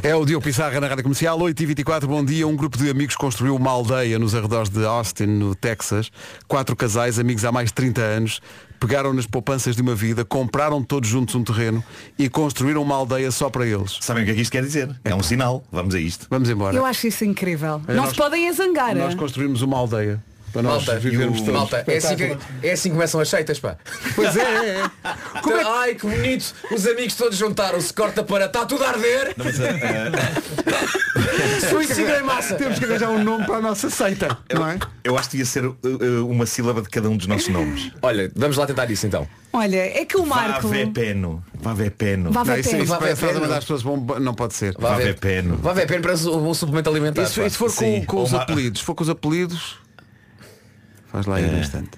S1: É o Diogo Pissarra na Rádio Comercial, 8h24, bom dia. Um grupo de amigos construiu uma aldeia nos arredores de Austin, no Texas. Quatro casais, amigos há mais de 30 anos, pegaram nas poupanças de uma vida, compraram todos juntos um terreno e construíram uma aldeia só para eles.
S9: Sabem o que é que isto quer dizer? É um sinal. Vamos a isto.
S1: Vamos embora.
S4: Eu acho isso incrível.
S1: Olha,
S4: não
S1: É, nós-
S4: se podem azangar. eh?
S1: Nós construímos uma aldeia para nós
S11: Malta,
S1: vivermos
S11: e o-
S1: todos.
S11: malta, é assim, que,
S1: Espetáculo.
S11: é assim que começam as seitas, pá.
S1: Pois é, é, é.
S11: Então, Ai, que bonito, os amigos todos juntaram-se, corta para, está tudo a arder. é. um Suicídio em massa.
S1: Temos que arranjar um nome para a nossa seita, não é?
S9: Eu acho que devia ser uh, uh, uma sílaba de cada um dos nossos nomes.
S11: Olha, vamos lá tentar isso então.
S4: Olha, é que o Marco.
S9: Vave peno. Vave peno.
S4: Vá ver
S1: Não, isso, é
S4: pé.
S1: isso
S4: Vá ver
S1: parece
S4: pé,
S1: nada, mas
S4: não.
S1: as pessoas vão- Não pode ser.
S11: Vá
S9: Vave peno.
S11: Vai ver, pena para um suplemento alimentar.
S1: E se,
S11: pá.
S1: e se for com,
S11: Sim.
S1: com os
S11: Ou uma-
S1: apelidos? Se for com os apelidos. Faz lá aí
S11: É.
S1: um instante.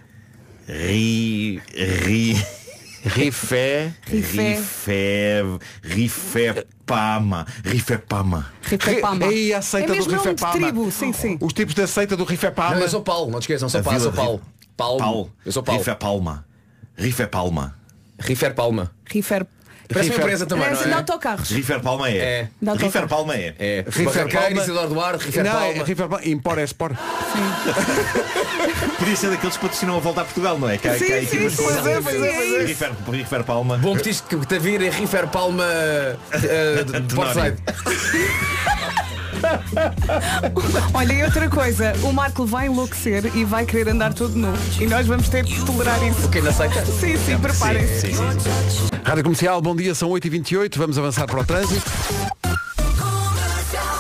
S9: Ri. Ri. Rifé.
S4: Rifé.
S9: Rifé. Rifepama. Rifepama.
S4: Rifepama.
S1: Aí a
S4: é
S1: seita do
S4: mesmo nome de
S1: Rifepama.
S4: tribo, sim, sim.
S1: Os tipos da seita do
S11: Não,
S1: Rifepama.
S11: eu sou Paulo, não te esqueçam, sou
S9: A
S11: Paulo,
S9: Vila
S11: sou Paulo.
S9: Rico.
S11: Paulo.
S9: Pau.
S11: Eu sou Paulo.
S9: Rifé Palma. Rifé Palma.
S11: Rifer Palma.
S4: Rifer.
S11: Parece uma
S9: Rifer-
S11: empresa também, não
S4: Parece de
S11: é?
S4: autocarros.
S9: Rifer Palma é.
S11: É.
S4: Dá toque.
S9: Rifer Palma é.
S11: É.
S1: Rifer
S11: Barraqueiro,
S1: Palma.
S11: Isidoro Duarte, Rifer
S1: Não, é
S11: Palma.
S1: Rifepama. Impor é export.
S9: Podia ser daqueles que patrocinam a volta a Portugal, não é? Que há-
S4: Sim,
S9: que há
S4: sim,
S9: equipas
S4: pois
S9: com-
S4: é, pois é, pois é.
S9: Rifer, Rifer Palma.
S11: Bom petisco que te vir é Rifer Palma eh, de- de
S9: Tenório.
S11: Portside.
S4: Olha, e outra coisa, o Marco vai enlouquecer e vai querer andar todo nu. E nós vamos ter que tolerar isso.
S11: Quem não aceita?
S4: Sim, sim, preparem-se.
S9: Sim, sim, sim.
S1: Rádio Comercial, bom dia, são 8h28, vamos avançar para o trânsito.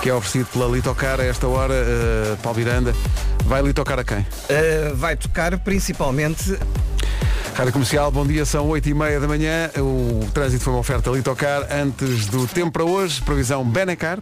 S1: Que é oferecido pela Litocar a esta hora, eh, Paulo Miranda. Vai Litocar a quem?
S3: Uh, vai tocar principalmente
S1: Rádio Comercial, bom dia, são 8h30 da manhã. O trânsito foi uma oferta Litocar antes do tempo para hoje. Previsão Benecar.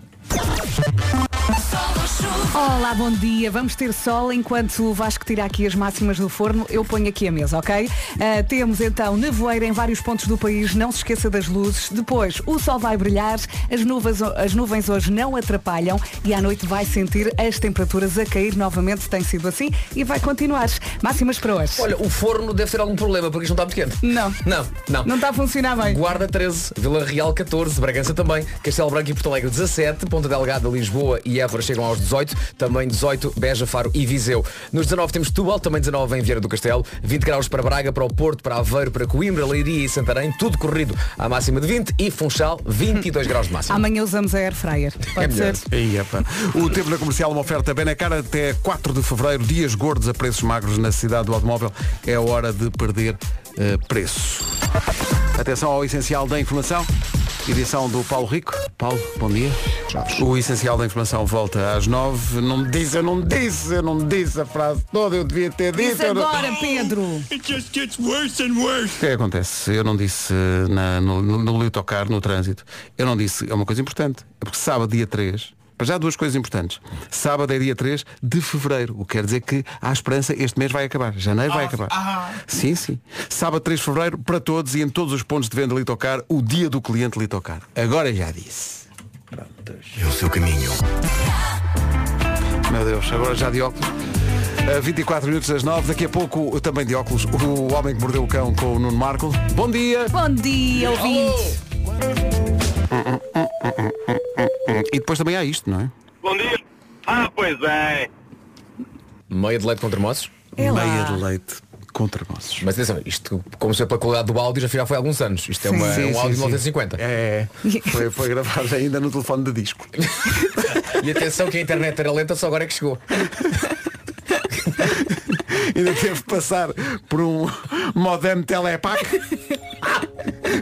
S4: Olá, bom dia. Vamos ter sol enquanto o Vasco tira aqui as máximas do forno. Eu ponho aqui a mesa, ok? Ah, temos então nevoeira em vários pontos do país. Não se esqueça das luzes. Depois, o sol vai brilhar. As nuvens, as nuvens hoje não atrapalham. E à noite vai sentir as temperaturas a cair novamente. Tem sido assim e vai continuar. Máximas para hoje.
S11: Olha, o forno deve ter algum problema porque isto não está muito quente.
S4: Não,
S11: Não, não.
S4: não tá. está a funcionar bem.
S11: Guarda 13, Vila Real 14, Bragança também, Castelo Branco e Porto Alegre 17, Ponta Delgada, Lisboa e Évora chegam aos 18, também 18, Beja, Faro e Viseu. Nos 19 temos Tubal, também 19 em Vieira do Castelo, 20 graus para Braga, para o Porto, para Aveiro, para Coimbra, Leiria e Santarém, tudo corrido à máxima de 20 e Funchal 22 graus de máxima.
S4: Amanhã usamos a air fryer. Pode
S11: melhor.
S4: ser.
S1: Aí, epá. O tempo na comercial, uma oferta Benecar até 4 de fevereiro. Dias gordos a preços magros na cidade do automóvel. É hora de perder eh, preço. Atenção ao essencial da informação. Edição do Paulo Rico. Paulo, bom dia. O essencial da informação volta às nove. Não me disse, eu não me disse, eu não me disse a frase toda, eu devia ter dito. eu não-
S4: Pedro.
S5: It just gets worse and worse.
S1: O que é que acontece? Eu não disse na, no, no, no litocar, no trânsito. Eu não disse, é uma coisa importante. É porque sábado, dia 3, para já duas coisas importantes. Sábado é dia 3 de fevereiro, o que quer dizer que há esperança, este mês vai acabar. Janeiro vai acabar. Sim, sim. Sábado 3 de fevereiro, para todos e em todos os pontos de venda litocar, o dia do cliente litocar. Agora já disse.
S12: É o seu caminho.
S1: Meu Deus, agora já de óculos. A 24 minutos das 9, daqui a pouco também de óculos, o homem que mordeu o cão com o Nuno Marco. Bom dia!
S4: Bom dia, ouvinte.
S1: E depois também há isto, não é?
S11: Bom dia. Ah, pois é. Meia de leite com termossos?
S1: É lá. Meia de leite com termossos.
S11: Mas atenção, isto, como se é pela qualidade do áudio, já foi- já foi há alguns anos. Isto é uma,
S1: Sim,
S11: é um
S1: sim,
S11: áudio de
S1: sim.
S11: 1950.
S1: É, foi, foi gravado ainda no telefone de disco.
S11: E atenção que a internet era lenta, só agora é que chegou.
S1: Ainda teve de passar por um modem telepac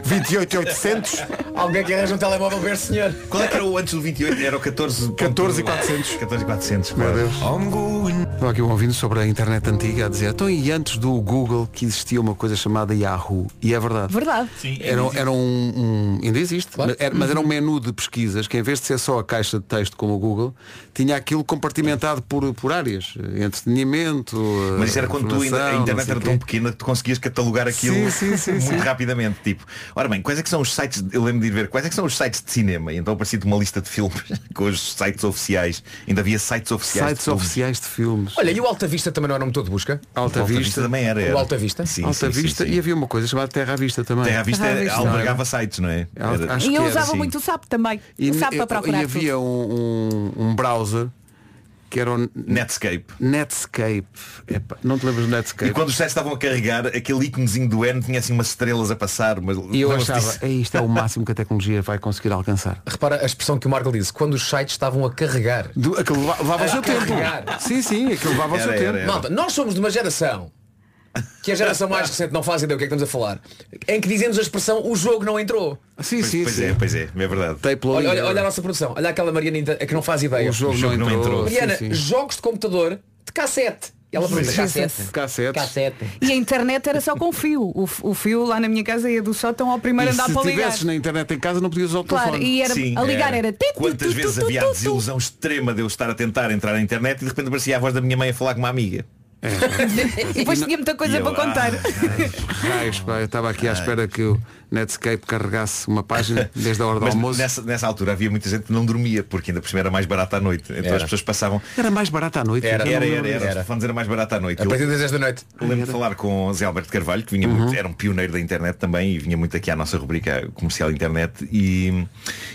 S1: 28800.
S11: Alguém que arranja um telemóvel ver, senhor.
S9: Qual é que era o antes do 28? Era o 14. 14 e 400. 14 e 400.
S1: Meu Deus. Estava aqui um ouvindo sobre a internet antiga a dizer, então e antes do Google que existia uma coisa chamada Yahoo? E é verdade.
S4: Verdade.
S1: Era, era um, um- Ainda existe. Mas era- mas era um menu de pesquisas que em vez de ser só a caixa de texto como o Google, tinha aquilo compartimentado por, por áreas. Entretenimento.
S9: Mas isso era quando tu ainda, a
S1: informação, não
S9: internet
S1: sei
S9: era
S1: o
S9: tão
S1: quê.
S9: pequena que tu conseguias catalogar aquilo
S1: Sim, sim, sim,
S9: muito
S1: sim.
S9: rapidamente. Tipo, ora bem, quais é que são os sites, eu lembro de ir ver, quais é que são os sites de cinema? E então aparecia uma lista de filmes com os sites oficiais. Ainda havia sites oficiais.
S1: Sites oficiais de filmes.
S11: Olha, e o Alta Vista também não era um motor de busca?
S1: Alta,
S9: Alta
S1: Vista.
S9: Vista também era, era.
S11: O Alta Vista?
S9: Sim,
S1: Alta
S9: sim, sim,
S1: Vista
S9: sim.
S1: e havia uma coisa chamada Terra à Vista também.
S9: Terra à Vista
S4: Terra à
S9: era-
S4: Vista.
S9: albergava sites, não é? Era-
S1: acho
S4: E eu
S1: que era,
S4: usava
S1: sim.
S4: muito o sapo também.
S1: E,
S4: o sapo para procurar
S1: e havia um, um, um browser que era o
S9: Netscape.
S1: Netscape. Epá, não te lembras do Netscape?
S9: E quando os sites estavam a carregar, aquele íconezinho do N tinha assim umas estrelas a passar. Mas
S1: E eu
S9: lembras-te
S1: achava,
S9: disso?
S1: "Ei, isto é o máximo que a tecnologia vai conseguir alcançar.
S11: Repara a expressão que o Marco disse, quando os sites estavam a carregar.
S1: Do, aquilo leva- levava o
S11: A
S1: seu tempo.
S11: carregar.
S1: Sim, sim, aquilo levava o seu tempo.
S11: Malta, nós somos de uma geração que a geração mais recente não faz ideia do que é que estamos a falar. Em que dizemos a expressão o jogo não entrou.
S1: Sim,
S9: Pois, pois é, pois é, é verdade.
S11: Olha, olha, olha a nossa produção, olha aquela Mariana que não faz ideia.
S1: O jogo O jogo não não entrou. entrou,
S11: Mariana,
S1: sim, sim.
S11: jogos de computador de cassete. E ela pergunta,
S1: Jesus.
S11: cassete.
S1: Cassetes.
S4: E a internet era só com fio. O, f- o fio lá na minha casa ia do sótão ao primeiro
S1: E
S4: andar
S1: se
S4: para ligar.
S1: tivesses né? na internet em casa não podias usar o
S4: Claro,
S1: telefone.
S4: e era- a ligar era ti, tu,
S9: Quantas
S4: tu, tu,
S9: vezes
S4: tu,
S9: havia
S4: tu,
S9: a
S4: tu.
S9: desilusão extrema de eu estar a tentar entrar na internet e de repente aparecia a voz da minha mãe a falar com uma amiga.
S4: E depois tinha muita coisa
S9: E eu, "Ah,
S4: para contar.
S1: Raios, pá, eu estava aqui à espera que o Netscape carregasse uma página desde a hora do
S9: Mas
S1: almoço.
S9: nessa, nessa altura havia muita gente que não dormia, porque ainda por cima era mais barata à noite. Então
S1: Era.
S9: as pessoas passavam.
S1: Era um, mais barata à noite.
S9: Era, era,
S1: eu não
S9: era,
S1: lembro
S9: era.
S1: disso.
S9: Os telefones eram mais barata à noite.
S11: A partir
S9: Eu-
S11: das 10 da noite.
S9: eu Lembro de falar com o Zé Alberto Carvalho, que vinha muito, era um pioneiro da internet também e vinha muito aqui à nossa rubrica comercial internet e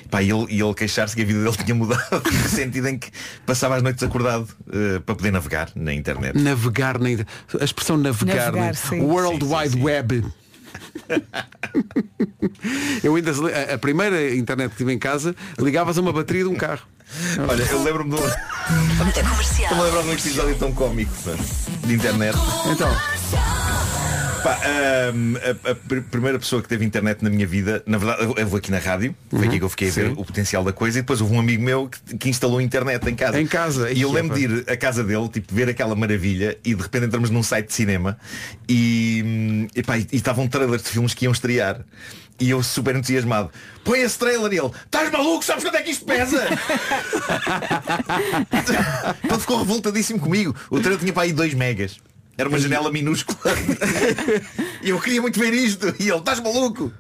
S9: pá, e ele, e ele queixar-se que a vida dele tinha mudado no sentido em que passava as noites acordado eh, para poder navegar na internet.
S1: Navegar na inter- A expressão navegar,
S9: Navegar,
S1: né?
S9: sim.
S1: World Wide Web. Eu ainda se le- a- a primeira internet que tive em casa ligavas a uma bateria de um carro.
S9: Olha, eu lembro-me do. Estou-me a lembrar de um episódio tão cómico mano, de internet.
S1: Então.
S9: Pá, ahm, a, a pr- primeira pessoa que teve internet na minha vida, na verdade, eu, eu vou aqui na rádio,
S1: Uhum.
S9: foi aqui que eu fiquei a ver o potencial da coisa e depois houve um amigo meu que, que instalou internet em casa.
S1: Em casa,
S9: E eu
S1: ia,
S9: lembro
S1: pá.
S9: de ir à casa dele, tipo, ver aquela maravilha e de repente entramos num site de cinema e, hum, e, pá, e- e estavam trailers de filmes que iam estrear. E eu super entusiasmado. Põe esse trailer e ele, estás maluco, sabes quanto é que isto pesa? Ele ficou revoltadíssimo comigo. O trailer tinha para aí 2 megas. Era uma janela minúscula. E eu queria muito ver isto. E ele, estás maluco?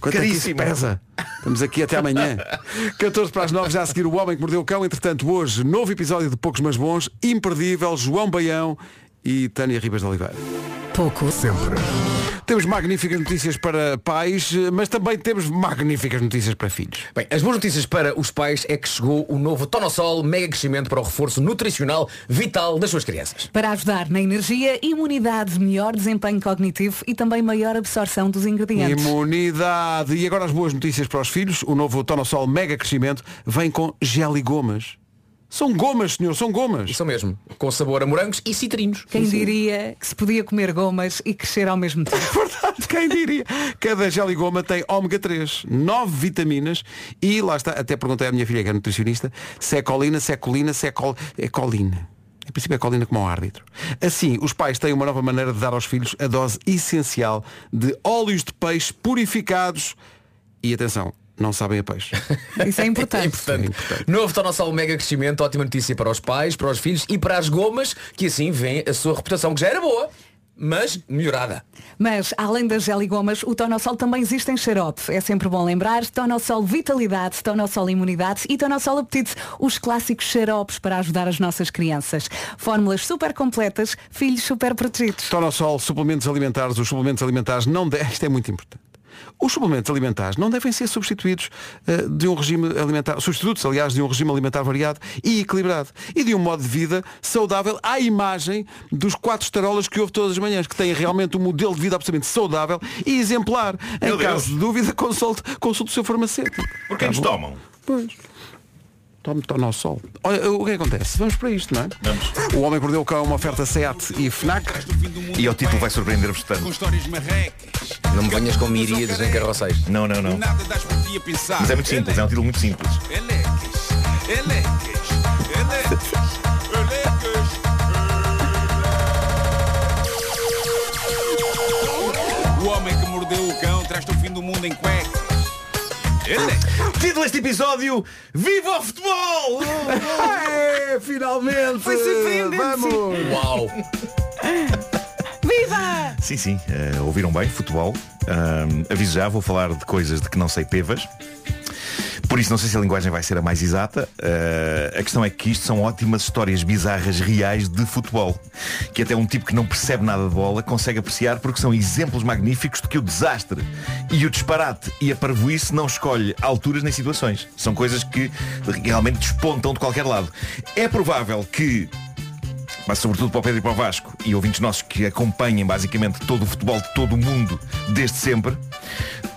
S1: Quanto
S9: Caríssimo.
S1: é que isso pesa? Estamos aqui até amanhã. 14 para as 9, já a seguir o Homem que Mordeu o Cão. Entretanto, hoje, novo episódio de Poucos Mas Bons, imperdível, João Baião e Tânia Ribas de Oliveira.
S4: Pouco.
S1: Sempre. Temos magníficas notícias para pais, mas também temos magníficas notícias para filhos.
S11: Bem, as boas notícias para os pais é que chegou o novo Tonosol mega crescimento para o reforço nutricional vital das suas crianças.
S4: Para ajudar na energia, imunidade, melhor desempenho cognitivo e também maior absorção dos ingredientes.
S1: Imunidade. E agora as boas notícias para os filhos. O novo Tonosol Mega Crescimento vem com gel e gomas. São gomas, senhor, são gomas.
S11: São mesmo. Com sabor a morangos e citrinos.
S4: Quem diria que se podia comer gomas e crescer ao mesmo tempo?
S1: É Verdade, quem diria? Cada geligoma tem ômega 3, 9 vitaminas e lá está, até perguntei à minha filha que é nutricionista, se é colina, se é colina, se é, col... é colina. Em princípio é colina como ao árbitro. Assim, os pais têm uma nova maneira de dar aos filhos a dose essencial de óleos de peixe purificados e atenção, não sabem a peixe.
S4: Isso é importante.
S11: É importante. Novo Tonossauro Mega Crescimento, ótima notícia para os pais, para os filhos e para as gomas, que assim vem a sua reputação, que já era boa, mas melhorada.
S4: Mas, além das geligomas, o Tonossol também existe em xarope. É sempre bom lembrar. Tonossol Vitalidade, Tonossol Imunidade e Tonossol Apetite. Os clássicos xaropes para ajudar as nossas crianças. Fórmulas super completas, filhos super protegidos.
S1: Tonossol, suplementos alimentares, os suplementos alimentares não devem, isto é muito importante. Os suplementos alimentares não devem ser substituídos eh, de um regime alimentar, substitutos, aliás, de um regime alimentar variado e equilibrado e de um modo de vida saudável à imagem dos quatro estarolas que houve todas as manhãs, que têm realmente um modelo de vida absolutamente saudável e exemplar. em
S9: Meu Deus.
S1: caso de dúvida, consulte, consulte o seu farmacêutico.
S9: Porque eles
S1: bom?
S9: tomam.
S1: Pois. Tome tome ao sol. Olha, o que acontece? Vamos para isto, não é? O Homem que Mordeu o Cão é uma oferta SEAT e FNAC.
S9: E o título vai surpreender-vos tanto.
S17: histórias marrecas.
S9: Não me venhas com miríades em carroceis. Não, não, não.
S17: Nada das por ti a pensar.
S9: Mas é muito simples, é um título muito simples.
S17: Elecas, elecas, elecas, elecas. O homem que mordeu o cão traz-te o fim do mundo em cuecas.
S9: Título deste episódio Viva o futebol!
S1: é, finalmente!
S6: Foi surpreendente,
S1: Vamos!
S6: sim.
S9: Uau!
S4: Viva!
S9: Sim, sim, eh, ouviram bem, futebol. Ahm, aviso já, vou falar de coisas de que não sei pevas. Por isso não sei se a linguagem vai ser a mais exata. Ah, a questão é que isto são ótimas histórias bizarras reais de futebol. Que até um tipo que não percebe nada de bola consegue apreciar porque são exemplos magníficos de que o desastre e o disparate e a parvoíce não escolhe alturas nem situações. São coisas que realmente despontam de qualquer lado. É provável que mas sobretudo para o Pedro e para o Vasco e ouvintes nossos que acompanhem basicamente todo o futebol de todo o mundo desde sempre.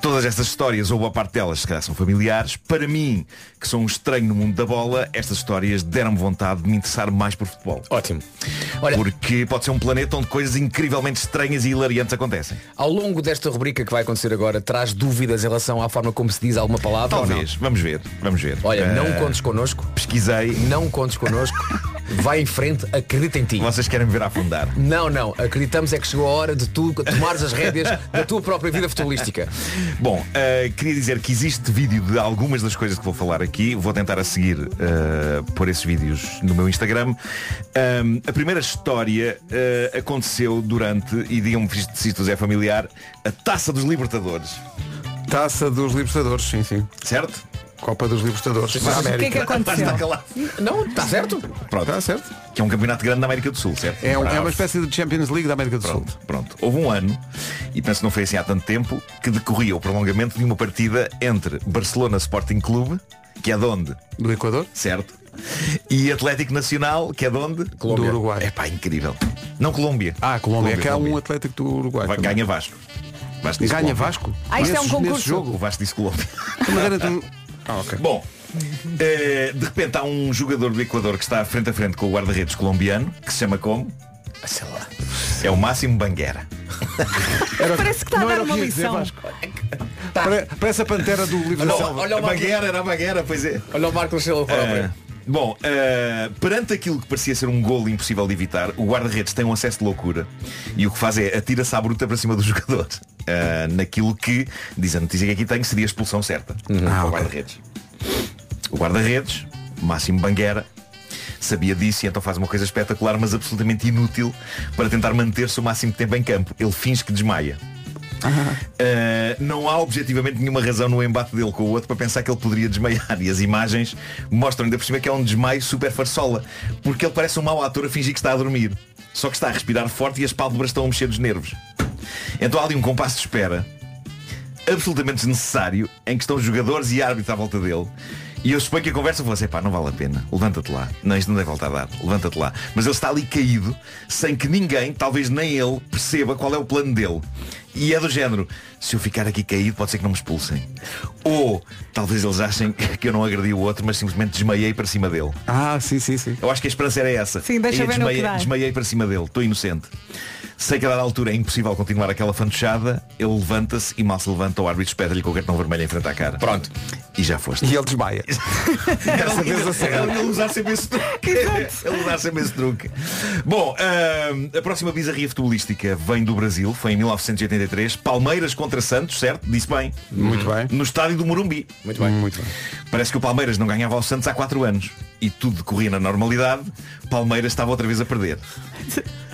S9: Todas estas histórias, ou boa parte delas, se calhar são familiares. Para mim, que sou um estranho no mundo da bola, estas histórias deram-me vontade de me interessar mais por futebol.
S11: Ótimo.
S9: Porque pode ser um planeta onde coisas incrivelmente estranhas e hilariantes acontecem.
S11: Ao longo desta rubrica que vai acontecer agora, traz dúvidas em relação à forma como se diz alguma palavra? ou não?
S9: Talvez. Vamos ver. Vamos ver.
S11: Olha, não
S9: Ah,
S11: contes connosco.
S9: Pesquisei.
S11: Não contes connosco. Vai em frente, acredita em ti.
S9: Vocês querem me ver afundar.
S11: Não, não. Acreditamos é que chegou a hora de tu tomares as rédeas da tua própria vida futebolística.
S9: Bom, eh, queria dizer que existe vídeo de algumas das coisas que vou falar aqui. Vou tentar a seguir eh, por esses vídeos no meu Instagram. Ahm, a primeira história eh, aconteceu durante, e digam-me se isto- se isto vos é familiar, a Taça dos Libertadores.
S1: Taça dos Libertadores, sim, sim.
S9: Certo?
S1: Copa dos Libertadores.
S9: Sim,
S1: Para a
S9: sim. O que é
S1: América.
S9: que aconteceu? Está calado.
S11: Não, está certo.
S9: Pronto, está certo. Que é um campeonato grande da América do Sul, certo?
S1: É, um- é
S9: Bravo.
S1: uma espécie de Champions League da América do Sul.
S9: Pronto, houve um ano, e penso que não foi assim há tanto tempo, que decorria o prolongamento de uma partida entre Barcelona Sporting Clube, que é de onde?
S1: Do Equador.
S9: Certo. E Atlético Nacional, que é de onde?
S1: Colômbia. Do Uruguai.
S9: É pá, incrível. Não Colômbia.
S1: Ah, Colômbia. É que há um Atlético do Uruguai.
S9: Vai,
S1: também.
S9: ganha Vasco. Vasco disse
S1: Ganha
S9: Colômbia.
S1: Vasco?
S4: Ah, isto é um
S1: Nesses-
S4: concurso.
S1: Nesse jogo.
S9: O Vasco disse Colômbia.
S1: Ah, ok.
S9: Bom, eh, de repente há um jogador do Equador que está frente a frente com o guarda-redes colombiano, que se chama como?
S1: Ah,
S11: Sei lá.
S9: É o Máximo Banguera.
S4: Parece que está a
S1: não
S4: dar
S1: era o que
S4: uma
S1: ia dizer,
S4: lição.
S1: Vasco. Pare- Parece a pantera do livro da
S9: Olha o-
S1: selva.
S9: olha o Baguera, era a Baguera, pois é.
S11: Olha o Marco Silva
S9: Eh, Bom, eh, perante aquilo que parecia ser um golo impossível de evitar, o guarda-redes tem um acesso de loucura e o que faz é atira-se à bruta para cima do jogador. Eh, naquilo que, diz a notícia que aqui tenho, seria a expulsão certa. para o guarda-redes. O guarda-redes, Máximo Banguera, sabia disso e então faz uma coisa espetacular, mas absolutamente inútil, para tentar manter-se o máximo tempo em campo. Ele finge que desmaia. Uh, não há objetivamente nenhuma razão no embate dele com o outro para pensar que ele poderia desmaiar e as imagens mostram ainda por cima que é um desmaio super farsola porque ele parece um mau ator a fingir que está a dormir só que está a respirar forte e as pálpebras estão a mexer dos nervos então há ali um compasso de espera absolutamente desnecessário em que estão jogadores e árbitros à volta dele e eu suponho que a conversa fosse, pá, não vale a pena, levanta-te lá. Não, isto não deve voltar a dar, levanta-te lá. Mas ele está ali caído, sem que ninguém, talvez nem ele, perceba qual é o plano dele. E é do género, se eu ficar aqui caído pode ser que não me expulsem. Ou talvez eles achem que eu não agredi o outro, mas simplesmente desmaiei para cima dele.
S1: Ah, sim, sim, sim.
S9: Eu acho que a esperança era essa.
S1: Sim, deixa
S9: eu
S1: ver no que
S9: desmaiei,
S1: dá.
S9: desmaiei para cima dele, estou inocente. Sei que a dada altura é impossível continuar aquela fantochada, ele levanta-se e mal se levanta, o árbitro espeta-lhe com o cartão vermelho em frente à cara. Pronto. E já foste. E
S1: ele desmaia.
S9: Dessa vez acerta. Ele usar sempre esse truque. Ele usar sempre esse truque. Bom, ahm, a próxima bizarria futebolística vem do Brasil, foi em 1983. Palmeiras contra Santos, certo? Disse bem.
S1: Muito bem.
S9: No estádio do Morumbi.
S11: Muito bem.
S1: Muito bem.
S9: Parece que o Palmeiras não ganhava ao Santos há 4 anos. E tudo corria na normalidade. Palmeiras estava outra vez a perder.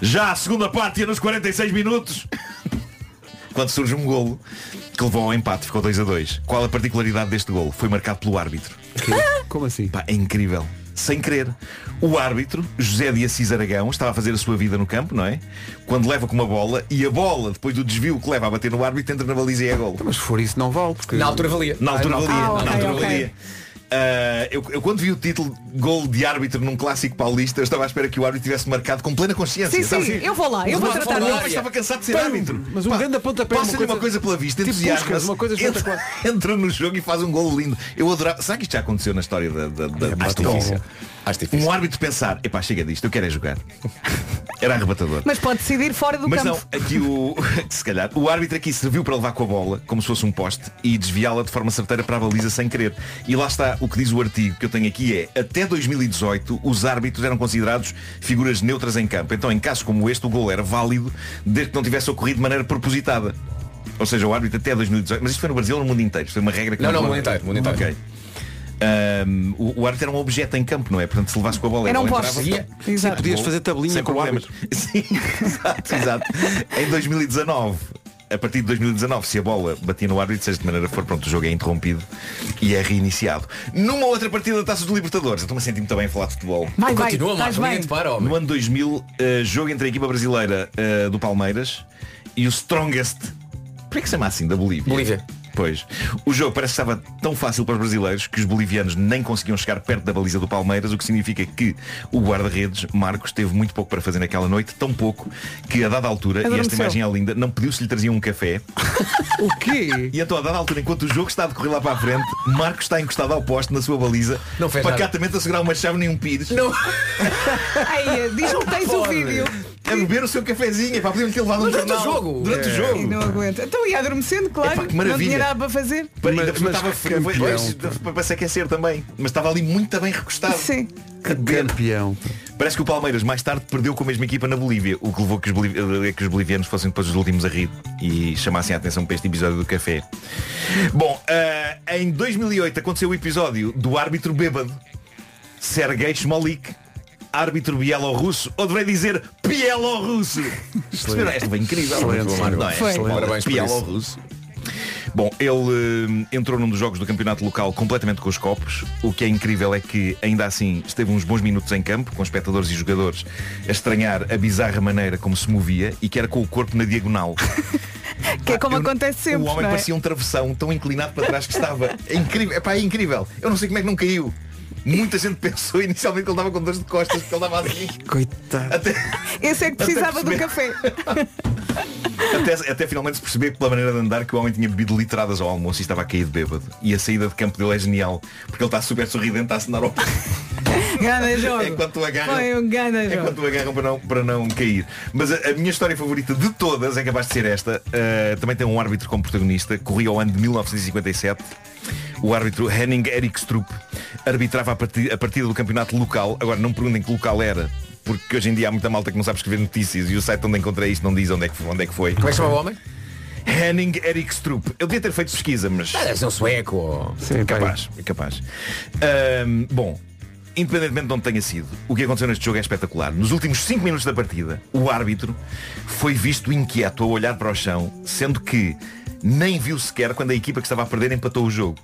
S9: Já a segunda parte ia nos 46 minutos quando surge um golo que levou ao empate, ficou 2 a 2. Qual a particularidade deste golo? Foi marcado pelo árbitro.
S1: Como assim?
S9: é incrível. Sem querer. O árbitro, José de Assis Aragão, estava a fazer a sua vida no campo, não é? Quando leva com uma bola e a bola, depois do desvio que leva a bater no árbitro, entra na baliza e é golo.
S1: Mas se for isso não vale, porque.
S11: Na altura valia.
S9: Na altura
S11: Ah,
S9: valia.
S11: ok,
S9: na altura
S11: ok.
S9: valia. Ah, eu, eu quando vi o título gol de árbitro num clássico paulista, eu estava à espera que o árbitro tivesse marcado com plena consciência.
S4: Sim,
S9: sabe?
S4: sim, eu vou lá, eu vou
S9: Mas
S4: tratar
S9: o
S4: disso.
S9: árbitro estava cansado de ser
S1: Pum!
S9: árbitro.
S1: Mas um grande pontapé, uma
S9: Passa-lhe
S1: coisa-
S9: uma coisa pela vista,
S1: Tipo
S9: entusiasma-se,
S1: Puskas, uma coisa
S9: entra-
S1: espetacular.
S9: Entra no jogo e faz um golo lindo. Eu adorava. Será que isto já aconteceu na história da, da, da- da
S1: Acho
S9: futebol?
S1: difícil.
S9: Um árbitro pensar, epá, chega disto, eu quero é jogar. Era arrebatador.
S4: Mas pode decidir fora do
S9: Mas não,
S4: campo.
S9: aqui o. Se calhar, o árbitro aqui serviu para levar com a bola, como se fosse um poste, e desviá-la de forma certeira para a baliza sem querer. E lá está, o que diz o artigo que eu tenho aqui é, até 2018, os árbitros eram considerados figuras neutras em campo. Então, em casos como este, o gol era válido, desde que não tivesse ocorrido de maneira propositada. Ou seja, o árbitro até 2018. Mas isto foi no Brasil ou no mundo inteiro? Isto foi uma regra que
S11: Não, não,
S9: foi-
S11: mundo inteiro, mundo inteiro.
S9: Ok. Ahm, o, o árbitro era um objeto em campo, não é? Portanto, se levasse com a bola,
S4: Era um
S9: ela
S4: poste.
S9: entrava-
S4: Sim, Exato.
S1: podias fazer tabelinha
S9: sem
S1: com o
S9: problemas. Sim, exato, exato. Em 2019, a partir de 2019, se a bola batia no árbitro, seja de maneira que for, pronto, o jogo é interrompido e é reiniciado. Numa outra partida da Taça dos Libertadores, eu estou-me a sentir muito bem a falar de futebol.
S11: Vai, vai, Continua, Marco, estás ninguém bem. te para, homem.
S9: No ano 2000, eh, jogo entre a equipa brasileira eh, do Palmeiras e o Strongest. Por é que se chama assim? Da Bolívia?
S11: Bolívia.
S9: Pois. O jogo parece que estava tão fácil para os brasileiros que os bolivianos nem conseguiam chegar perto da baliza do Palmeiras, o que significa que o guarda-redes, Marcos, teve muito pouco para fazer naquela noite, tão pouco que a dada altura, e esta
S1: Adormeceu.
S9: imagem é linda, não pediu se lhe traziam um café.
S1: O quê?
S9: E então a dada altura, enquanto o jogo está a decorrer lá para a frente, Marcos está encostado ao poste na sua baliza,
S11: Não fez nada.
S9: pacatamente a segurar uma chave nem um pires.
S4: Ai, diz que tens o vídeo.
S9: A É beber o seu cafezinho, para podiam ter levado um
S4: Mas durante o
S9: jornal.
S4: jogo.
S9: Durante
S1: É.
S9: o
S4: E
S9: jogo.
S4: não aguento. Então ia adormecendo, claro.
S9: Epá, que
S4: não
S9: maravilha.
S4: tinha nada para fazer.
S9: Para, ainda
S1: Mas-
S9: por cima
S1: mas
S9: estava
S1: que
S9: frio, foi-
S1: campeão,
S9: foi-
S1: pá.
S9: foi para se aquecer também, mas estava ali muito bem recostado.
S4: Sim.
S9: A beber.
S1: Campeão.
S9: Parece que o Palmeiras mais tarde perdeu com a mesma equipa na Bolívia, o que levou que os, boliv- eh, que os bolivianos fossem depois os últimos a rir e chamassem a atenção para este episódio do café. Bom, ah, em 2008 aconteceu o episódio do árbitro bêbado, Sergei Smolik, árbitro bielorrusso, ou deveria dizer bielorrusso. Perceberam? Esta foi incrível.
S1: Excelente, Mário.
S9: não é?
S1: Foi.
S9: Ora,
S11: Parabéns por isso.
S9: bielorrusso. Bom, ele eh, entrou num dos jogos do campeonato local completamente com os copos. O que é incrível é que, ainda assim, esteve uns bons minutos em campo, com espectadores e jogadores a estranhar a bizarra maneira como se movia e que era com o corpo na diagonal.
S4: Que é como
S9: Eu-
S4: acontece sempre.
S9: O homem
S4: não é?
S9: parecia um travessão tão inclinado para trás que estava. É incrível. Epá, é incrível. Eu não sei como é que não caiu. Muita gente pensou inicialmente que ele estava com dores de costas, porque ele estava assim.
S1: Coitado.
S9: Até,
S4: Esse é que
S9: Até
S4: precisava do café.
S9: até, até finalmente se perceber que pela maneira de andar que o homem tinha bebido litradas ao almoço e estava a cair de bêbado. E a saída de campo dele é genial, porque ele está super sorridente a assinar ao pé.
S4: Ganda
S9: É
S4: jogo.
S9: quando tu agarras.
S4: Foi um ganda
S9: É quando
S4: jogo.
S9: tu agarram para não, para não cair. Mas a, a minha história favorita de todas é capaz de ser esta. Uh, também tem um árbitro como protagonista. Corria ao ano de 1957. O árbitro Henning Erikstrup arbitrava a, parti- a partida do campeonato local. Agora, não me perguntem que local era. Porque hoje em dia há muita malta que não sabe escrever notícias e o site onde encontrei isto não diz onde é que foi. Onde é que foi.
S11: Como é que chama o homem?
S9: Henning Erikstrup. Eu devia ter feito pesquisa, mas...
S11: Ah, deve ser um sueco. ou-
S1: Sim, pá,
S9: Capaz, é capaz. Ahm, bom, independentemente de onde tenha sido, o que aconteceu neste jogo é espetacular. Nos últimos 5 minutos da partida, o árbitro foi visto inquieto a olhar para o chão, sendo que nem viu sequer quando a equipa que estava a perder empatou o jogo.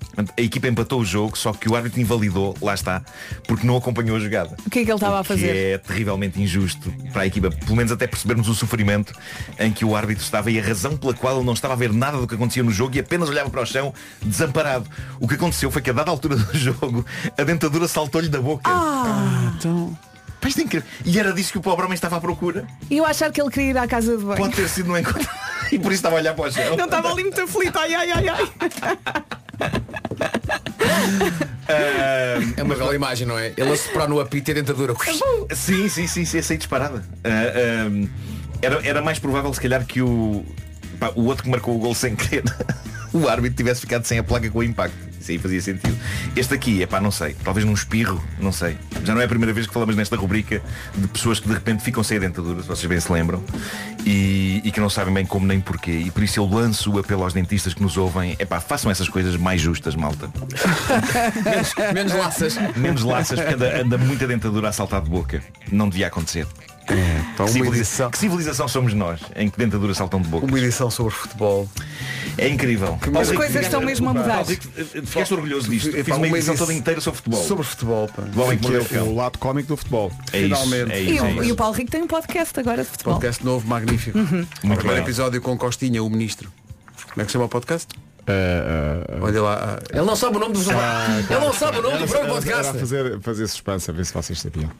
S9: Portanto, A equipa empatou o jogo, só que o árbitro invalidou, lá está, porque não acompanhou a jogada.
S4: O que é que ele estava a
S9: Que
S4: fazer?
S9: é terrivelmente injusto para a equipa, pelo menos até percebermos o sofrimento em que o árbitro estava e a razão pela qual ele não estava a ver nada do que acontecia no jogo e apenas olhava para o chão desamparado. O que aconteceu foi que a dada altura do jogo a dentadura saltou-lhe da boca.
S4: Ah,
S1: então.
S9: Pá, isto é incrível. E era disso que o pobre homem estava à procura.
S4: E eu achar que ele queria ir à casa de banho.
S9: Pode ter sido no encontro. E por isso estava a olhar para o céu.
S4: Não estava ali
S1: Então,
S4: muito aflito. Ai, ai, ai, ai.
S11: É uma bela imagem, não é? Ele a soprar no apito e a dentadura.
S9: Sim, sim, sim, sim, saí disparada. Ah, ah, era, era mais provável, se calhar, que o, pá, o outro que marcou o gol sem querer, o árbitro tivesse ficado sem a placa com o impacto. Isso aí fazia sentido. Este aqui, é pá, não sei. Talvez num espirro, não sei. Já não é a primeira vez que falamos nesta rubrica de pessoas que de repente ficam sem a dentadura, se vocês bem se lembram, e, e que não sabem bem como nem porquê. E por isso eu lanço o apelo aos dentistas que nos ouvem. É pá, façam essas coisas mais justas, malta.
S11: menos, menos laças.
S9: Menos laças, porque anda, anda muita dentadura a saltar de boca. Não devia acontecer.
S7: Então,
S9: que, civiliza- que civilização somos nós em que dentadura saltam de boca? Uma
S1: edição sobre futebol.
S9: É incrível. eh, Paulo
S4: As
S9: Rico,
S4: coisas estão mesmo a
S9: Paulo
S4: mudar.
S9: Rico, Ficaste orgulhoso disto.
S1: Epá,
S9: Fiz uma edição
S1: edição-
S9: toda inteira sobre futebol.
S1: Sobre futebol, pá.
S9: Do homem que
S7: Que
S9: mordeu o
S7: é o
S9: cão.
S7: lado cómico do futebol.
S9: É isso,
S7: Finalmente.
S9: é
S4: E
S9: isso, é
S4: o,
S9: isso.
S4: e o Paulo Rico tem um podcast agora de futebol.
S1: Podcast novo, magnífico.
S9: Uhum. Muito
S1: Primeiro
S9: bem.
S1: episódio com Costinha, o ministro. Como é que se chama o podcast? Olha lá. ah,
S11: Ele não sabe o nome do Ele não sabe o nome do
S7: Era-
S11: próprio
S7: era-
S11: podcast.
S7: era fazer, fazer suspense a ver se vocês sabiam.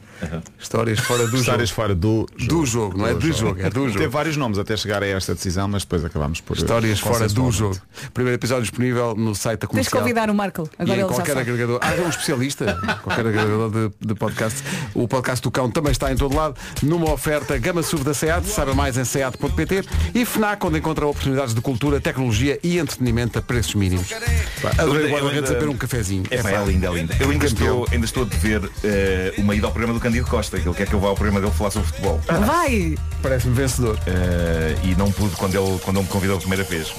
S1: Histórias fora do
S7: Histórias fora do jogo.
S1: Do jogo, não é do jogo, é do jogo.
S7: Teve vários nomes até chegar a esta decisão, mas depois acabámos por.
S1: Histórias fora do jogo. Primeiro episódio disponível no site da
S4: Tens de
S1: comercial.
S4: convidar o Marco.
S1: E
S4: Agora
S1: em
S4: ele já
S1: qualquer
S4: sabe.
S1: agregador. Ah, é um especialista. qualquer agregador de, de podcast. O podcast do Cão também está em todo lado. Numa oferta Gama SUV da SEAT. Saiba mais em SEAT.pt e FNAC, onde encontra oportunidades de cultura, tecnologia e entretenimento a preços mínimos. Pá, Adorei o guarda-redes a beber um cafezinho.
S9: É, pá, é
S1: pá.
S9: lindo, é lindo. Eu ainda estou, ainda estou a dever eh, uma ida ao programa do Candido Costa, que ele quer que eu vá ao programa dele falar sobre futebol.
S4: Vai!
S1: Parece-me vencedor.
S9: Eh, e não pude quando ele, quando ele me convidou a primeira vez.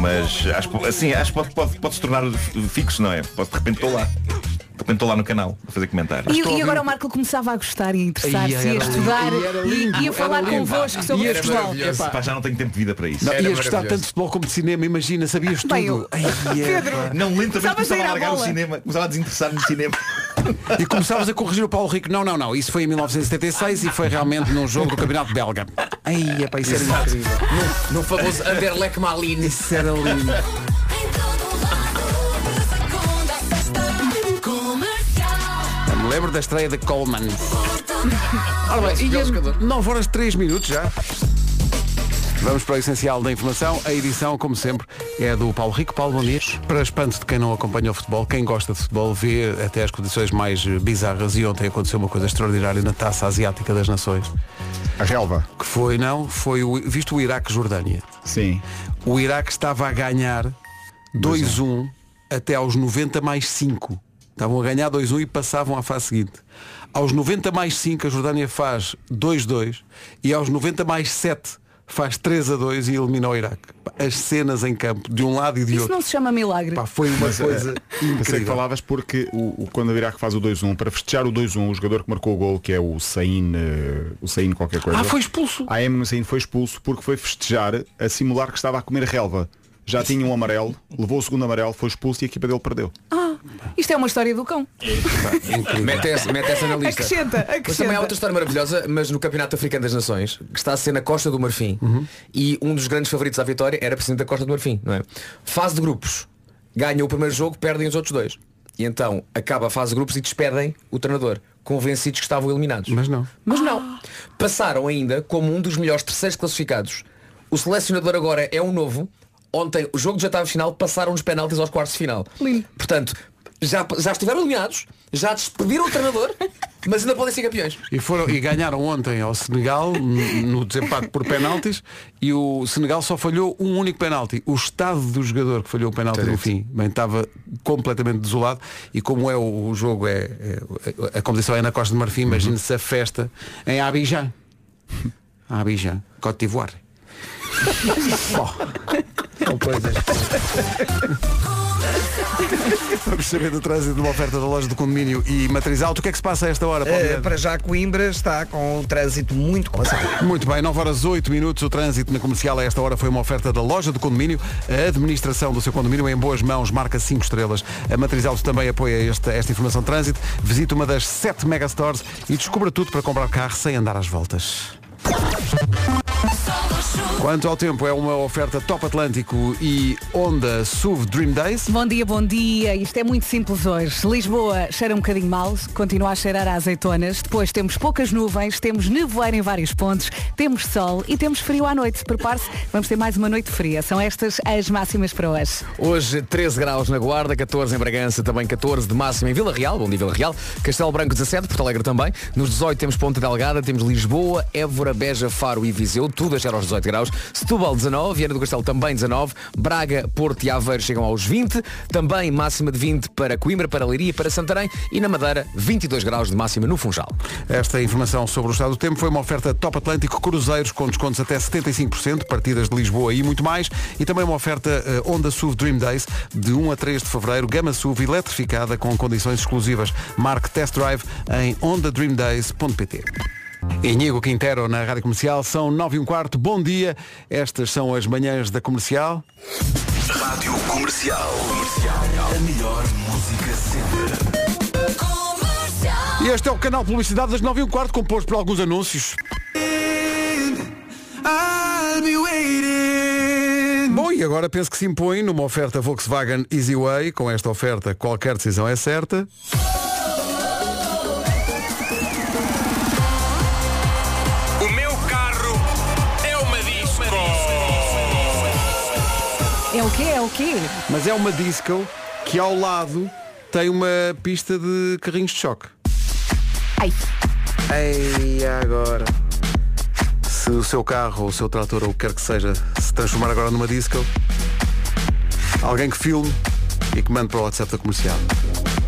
S9: Mas acho, que- assim, acho que pode, pode, pode se tornar fixo, não é? Pode, de repente estou lá. De repente estou lá no canal a fazer comentários.
S4: E, e agora o Marco começava a gostar e a interessar-se
S9: Ai,
S4: e a
S9: era
S4: estudar
S9: lindo, era lindo,
S4: e, e a
S9: era
S4: falar
S9: lindo.
S4: convosco sobre
S9: Era
S4: futebol.
S9: maravilhoso. Epá, já não tenho tempo de vida para isso.
S1: Não, ias gostar tanto de futebol como de cinema, imagina, sabias
S9: Bem,
S1: tudo.
S9: eu-
S1: Ai, é,
S9: Pedro,
S1: pá.
S9: Não, lentamente
S1: Começavas a ir
S9: começava
S1: à
S9: a largar o
S1: bola.
S9: cinema, começava a desinteressar no cinema.
S1: E começavas a corrigir o Paulo Rico. Não, não, não. Isso foi em 1976 e foi realmente num jogo do Campeonato Belga. Ai, é para isso era
S11: Exato.
S1: incrível.
S11: No, no famoso Anderlecht Malini.
S1: Isso era lindo. Eu me lembro da estreia de Coleman. Ora bem, e é 9 horas 3 minutos já. Vamos para o essencial da informação. A edição, como sempre, é do Paulo Rico. Paulo, bom dia. Para espanto de quem não acompanha o futebol, quem gosta de futebol vê até as condições mais eh, bizarras. E ontem aconteceu uma coisa extraordinária na Taça Asiática das Nações.
S7: A relva.
S1: Que foi, não, foi, o, visto o Iraque-Jordânia.
S7: Sim.
S1: O Iraque estava a ganhar 2-1 até aos 90 mais 5. Estavam a ganhar 2-1 e passavam à fase seguinte. Aos 90 mais 5 a Jordânia faz 2-2 e aos 90 mais 7 faz 3 a 2 e elimina o Iraque. Pá, As cenas em campo, de um lado e de
S4: Isso
S1: outro.
S4: não se chama milagre.
S1: Pá, foi uma
S7: Mas,
S1: coisa
S7: eh, Pensei que
S1: incrível.
S7: falavas porque o, o- quando o Iraque faz o 2-1, para festejar o 2-1, o jogador que marcou o gol, que é o Sain, eh, o Sain qualquer coisa.
S1: Ah, foi expulso.
S7: A M Sain foi expulso porque foi festejar a simular que estava a comer relva. Já tinha um amarelo, levou o segundo amarelo, foi expulso e a equipa dele perdeu.
S4: Ah, isto é uma história do cão.
S11: Mete essa, mete essa na lista.
S4: Acrescenta,
S11: Mas
S4: acrescenta.
S11: também há outra história maravilhosa, mas no Campeonato Africano das Nações, que está a ser na Costa do Marfim, e um dos grandes favoritos à vitória era presidente da Costa do Marfim, não é? Fase de grupos. Ganha o primeiro jogo, perdem os outros dois. E então acaba a fase de grupos e despedem o treinador, convencidos que estavam eliminados.
S1: Mas não.
S11: Mas não. Passaram ainda como um dos melhores terceiros classificados. O selecionador agora é um novo. Ontem, o jogo de oitava final, passaram os penaltis aos quartos de final.
S4: Lindo.
S11: Portanto, já, já estiveram eliminados, já despediram o treinador, mas ainda podem ser campeões.
S1: E, foram, e ganharam ontem ao Senegal n- no desempate por penaltis e o Senegal só falhou um único penalti. O estado do jogador que falhou o penalti no fim bem, estava completamente desolado e como é o, o jogo, é, é- a competição é na Costa de Marfim, imagine-se a festa em Abidjan. Abidjan, Côte d'Ivoire. Bom, são coisas. Vamos saber do trânsito de uma oferta da loja do condomínio e matriz alto. O que é que se passa a esta hora? Paulo
S3: Eh,
S1: Miranda?
S3: para já Coimbra está com o trânsito muito complicado.
S1: Muito bem, 9 horas 8 minutos. O trânsito na comercial a esta hora foi uma oferta da loja do condomínio. A administração do seu condomínio é em boas mãos marca 5 estrelas. A Matriz Alves também apoia esta, esta informação de trânsito. Visite uma das 7 megastores e descubra tudo para comprar carro sem andar às voltas. Quanto ao tempo, é uma oferta Top Atlântico e Honda SUV Dream Days.
S4: Bom dia, bom dia. Isto é muito simples hoje. Lisboa cheira um bocadinho mal, continua a cheirar a azeitonas. Depois temos poucas nuvens, temos nevoeiro em vários pontos, temos sol e temos frio à noite. Prepare-se, vamos ter mais uma noite fria. São estas as máximas para hoje.
S11: Hoje 13 graus na Guarda, 14 em Bragança, também 14 de máxima em Vila Real, bom dia Vila Real, Castelo Branco 17, Porto Alegre também, nos 18 temos Ponta Delgada, temos Lisboa, Évora, Beja, Faro e Viseu, tudo a chegar aos 18 graus, Setúbal 19, Viana do Castelo também 19, Braga, Porto e Aveiro chegam aos 20, também máxima de 20 para Coimbra, para Leiria, para Santarém e na Madeira 22 graus de máxima no Funchal.
S1: Esta informação sobre o estado do tempo foi uma oferta Top Atlântico Cruzeiros com descontos até 75%, partidas de Lisboa e muito mais, e também uma oferta eh, Honda SUV Dream Days de 1 a 3 de fevereiro, gama SUV eletrificada com condições exclusivas. Marque Test Drive em ondadreamdays.pt. Inigo Quintero na Rádio Comercial, são 9 e um quarto, bom dia. Estas são as manhãs da comercial.
S12: Rádio Comercial. Comercial. A melhor música sempre.
S1: E este é o canal Publicidade das 9 e um quarto, composto por alguns anúncios. Bom, e agora penso que se impõe numa oferta Volkswagen Easyway. Com esta oferta, qualquer decisão é certa.
S6: O meu carro é uma disco.
S4: É o quê? É o quê?
S1: Mas é uma disco que ao lado tem uma pista de carrinhos de choque.
S4: Ai.
S1: Ei, agora. Se o seu carro ou o seu trator ou o que quer que seja se transformar agora numa disco, alguém que filme e que mande para o WhatsApp da comercial.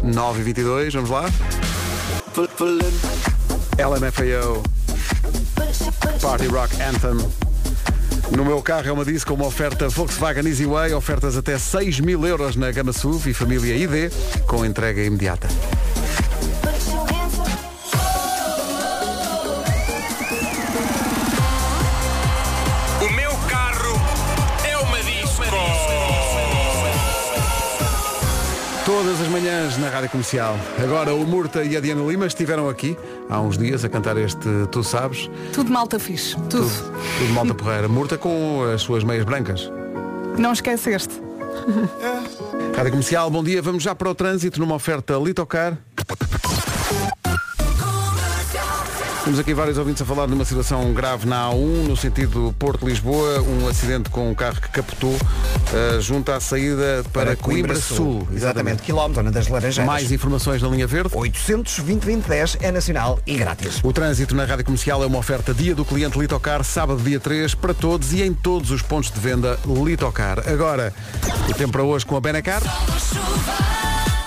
S1: 9 e 22, vamos lá. LMFAO Party Rock Anthem. No meu carro é uma disco, uma oferta Volkswagen Easyway, ofertas até 6 mil euros na gama SUV e família ID, com entrega imediata.
S6: O meu carro é uma disco.
S1: Todas as manhãs na Rádio Comercial. Agora o Murta e a Diana Lima estiveram aqui há uns dias a cantar este Tu Sabes.
S4: Tudo malta fixe. Tudo.
S1: Tudo malta porreira. Murta com as suas meias brancas.
S4: Não esqueceste.
S1: Rádio Comercial, bom dia. Vamos já para o trânsito numa oferta Litocar. Temos aqui vários ouvintes a falar de uma situação grave na A1, no sentido Porto-Lisboa, um acidente com um carro que capotou eh, junto à saída para, Coimbra, Sul.
S3: Exatamente, quilómetro, na das Laranjeiras.
S1: Mais informações na linha verde?
S3: 820-2010 é nacional e grátis.
S1: O trânsito na rádio comercial é uma oferta dia do cliente Litocar, sábado dia 3, para todos e em todos os pontos de venda Litocar. Agora, o tempo para hoje com a Benacar.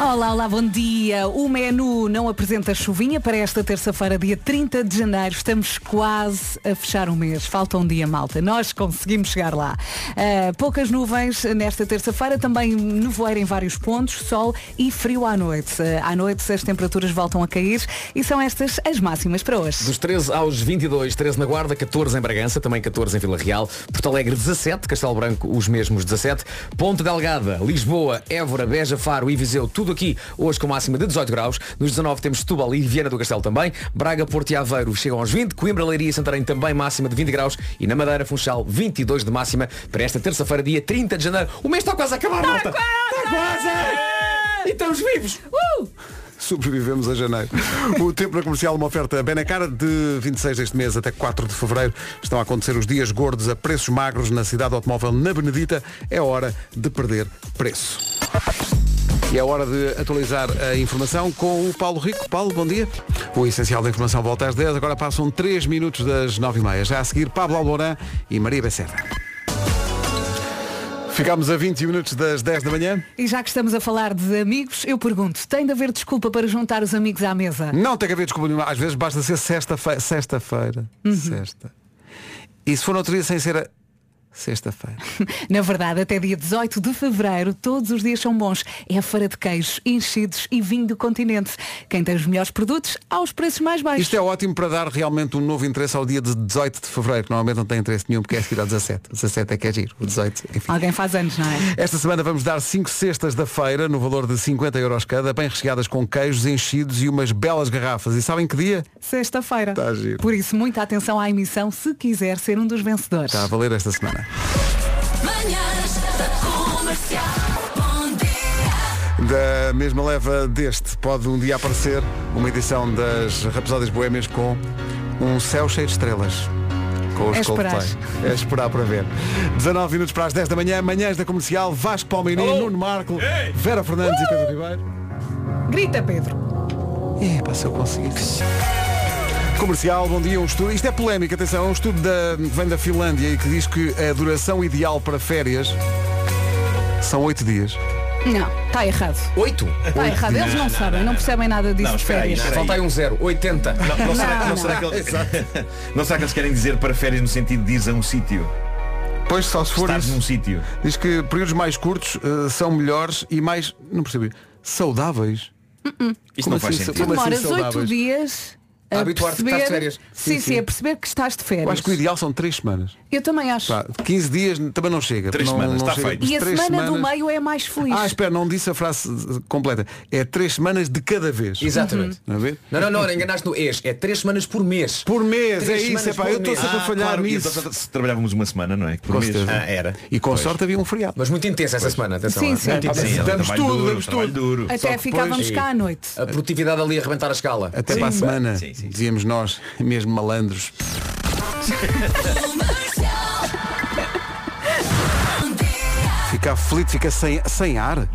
S4: Olá, olá, bom dia. O menu não apresenta chuvinha para esta terça-feira, dia 30 de janeiro. Estamos quase a fechar o mês. Falta um dia, malta. Nós conseguimos chegar lá. Ah, poucas nuvens nesta terça-feira, também nevoeiro em vários pontos, sol e frio à noite. Ah, à noite as temperaturas voltam a cair e são estas as máximas para hoje.
S11: Dos 13 aos 22, 13 na Guarda, 14 em Bragança, também 14 em Vila Real, Porto Alegre 17, Castelo Branco os mesmos 17, Ponte Delgada, Lisboa, Évora, Beja, Faro e Viseu, tudo aqui hoje com máxima de 18 graus, nos 19 temos Setúbal e Viana do Castelo também, Braga, Porto e Aveiro chegam aos 20, Coimbra, Leiria e Santarém também máxima de 20 graus e na Madeira, Funchal 22 de máxima para esta terça-feira, dia 30 de janeiro. O mês está quase a acabar, malta! Está quase! E estamos vivos!
S4: Uh!
S1: Sobrevivemos a janeiro. O tempo na comercial, uma oferta Benacar de 26 deste mês até 4 de fevereiro. Estão a acontecer os dias gordos a preços magros na cidade automóvel na Benedita. É hora de perder preço. E é hora de atualizar a informação com o Paulo Rico. Paulo, bom dia. O essencial da informação volta às 10. Agora passam 3 minutos das 9h30. Já a seguir, Pablo Alborã e Maria Becerra. Ficámos a 20 minutos das 10 da manhã.
S4: E já que estamos a falar de amigos, eu pergunto, tem de haver desculpa para juntar os amigos à mesa?
S1: Não tem que haver desculpa nenhuma. Às vezes basta ser sexta-feira. Sexta-feira. Sexta. E se for no outro dia sem ser a, Sexta-feira.
S4: Na verdade, até dia 18 de fevereiro, todos os dias são bons. É a feira de queijos, enchidos e vinho do continente. Quem tem os melhores produtos, aos preços mais baixos.
S1: Isto é ótimo para dar realmente um novo interesse ao dia de 18 de Fevereiro, que normalmente não tem interesse nenhum porque é seguir ao 17. 17 é que é giro, o 18, enfim.
S4: Alguém faz anos, não é?
S1: Esta semana vamos dar 5 cestas da feira, no valor de 50 euros cada, bem recheadas com queijos enchidos e umas belas garrafas. E sabem que dia?
S4: Sexta-feira.
S1: Está Tá giro.
S4: Por isso, muita atenção à emissão se quiser ser um dos vencedores.
S1: Está a valer esta semana.
S6: Manhãs da comercial. Bom dia.
S1: Da mesma leva deste, pode um dia aparecer uma edição das Rapesódias Boêmias com um céu cheio de estrelas. Com os
S4: É esperar.
S1: Coldplay. É esperar para ver. 19 minutos para as 10 da manhã, manhãs da comercial, Vasco Palmeirinho, Nuno Marco, Vera Fernandes e Pedro Ribeiro.
S4: Grita, Pedro.
S1: É, pá, se eu conseguisse. Comercial, bom dia, um estudo. Isto é polémico, atenção, é um estudo da, vem da Finlândia e que diz que a duração ideal para férias são 8 dias.
S4: Não, está Tá errado.
S11: Oito?
S4: Está errado. Eles não sabem, não percebem nada disso
S9: Não,
S4: de
S9: espera aí,
S4: férias.
S9: espera aí.
S11: Falta aí um zero, 80.
S9: Não, não será, não
S4: Não,
S9: será que
S4: não.
S9: eles, não será que eles querem dizer para férias no sentido de ir a um sítio?
S1: Pois só se for
S9: Estares
S1: isso.
S9: num sítio.
S1: Diz que períodos mais curtos eh, são melhores e mais, não percebi, saudáveis.
S9: Isto
S1: Como
S9: não faz
S1: assim,
S9: sentido.
S1: como assim
S4: Demoras Uh-uh. oito
S1: saudáveis?
S4: dias
S11: A
S4: a
S11: habituar-te que
S4: perceber...
S11: estás de férias.
S4: Sim,
S1: Sim,
S4: sim,
S1: sim.
S4: a perceber que estás de férias.
S1: Eu acho que o ideal são 3 semanas.
S4: Eu também acho.
S1: Pá, 15 dias também não chega.
S9: Três
S1: não,
S9: semanas,
S1: não
S9: está
S1: chega.
S9: feito.
S1: Mas
S4: E a
S1: três
S4: semana do
S1: semanas-
S4: meio é a mais feliz.
S1: Ah, espera, não disse a frase eh, completa. É 3 semanas de cada vez.
S11: Exatamente.
S1: Não, é ver?
S11: Não, não, não, enganaste no ex. É três semanas por mês.
S1: Por mês,
S11: Três
S1: é isso, é
S11: semanas
S1: pá,
S11: por
S1: eu estou
S11: mês.
S1: sempre a
S9: Ah,
S1: falhar
S9: claro, e
S1: nisso.
S9: então se trabalhávamos uma semana, não é? Por
S1: Com
S9: mês.
S1: certeza.
S9: Ah, era.
S1: E com
S9: Pois.
S1: sorte havia um feriado.
S11: Mas muito intensa essa semana, atenção.
S4: Sim,
S11: é?
S4: sim.
S11: Muito
S9: Sim,
S11: intensa.
S9: é um
S11: Damos
S9: trabalho
S11: tudo,
S9: duro,
S11: damos
S9: trabalho
S11: tudo.
S9: duro.
S4: Até
S9: Só que
S4: ficávamos
S9: depois-
S4: cá à noite.
S11: A produtividade ali a arrebentar a escala.
S1: Até para a semana,
S9: Sim, sim.
S1: dizíamos nós, mesmo malandros. Fica aflito, fica sem, sem ar.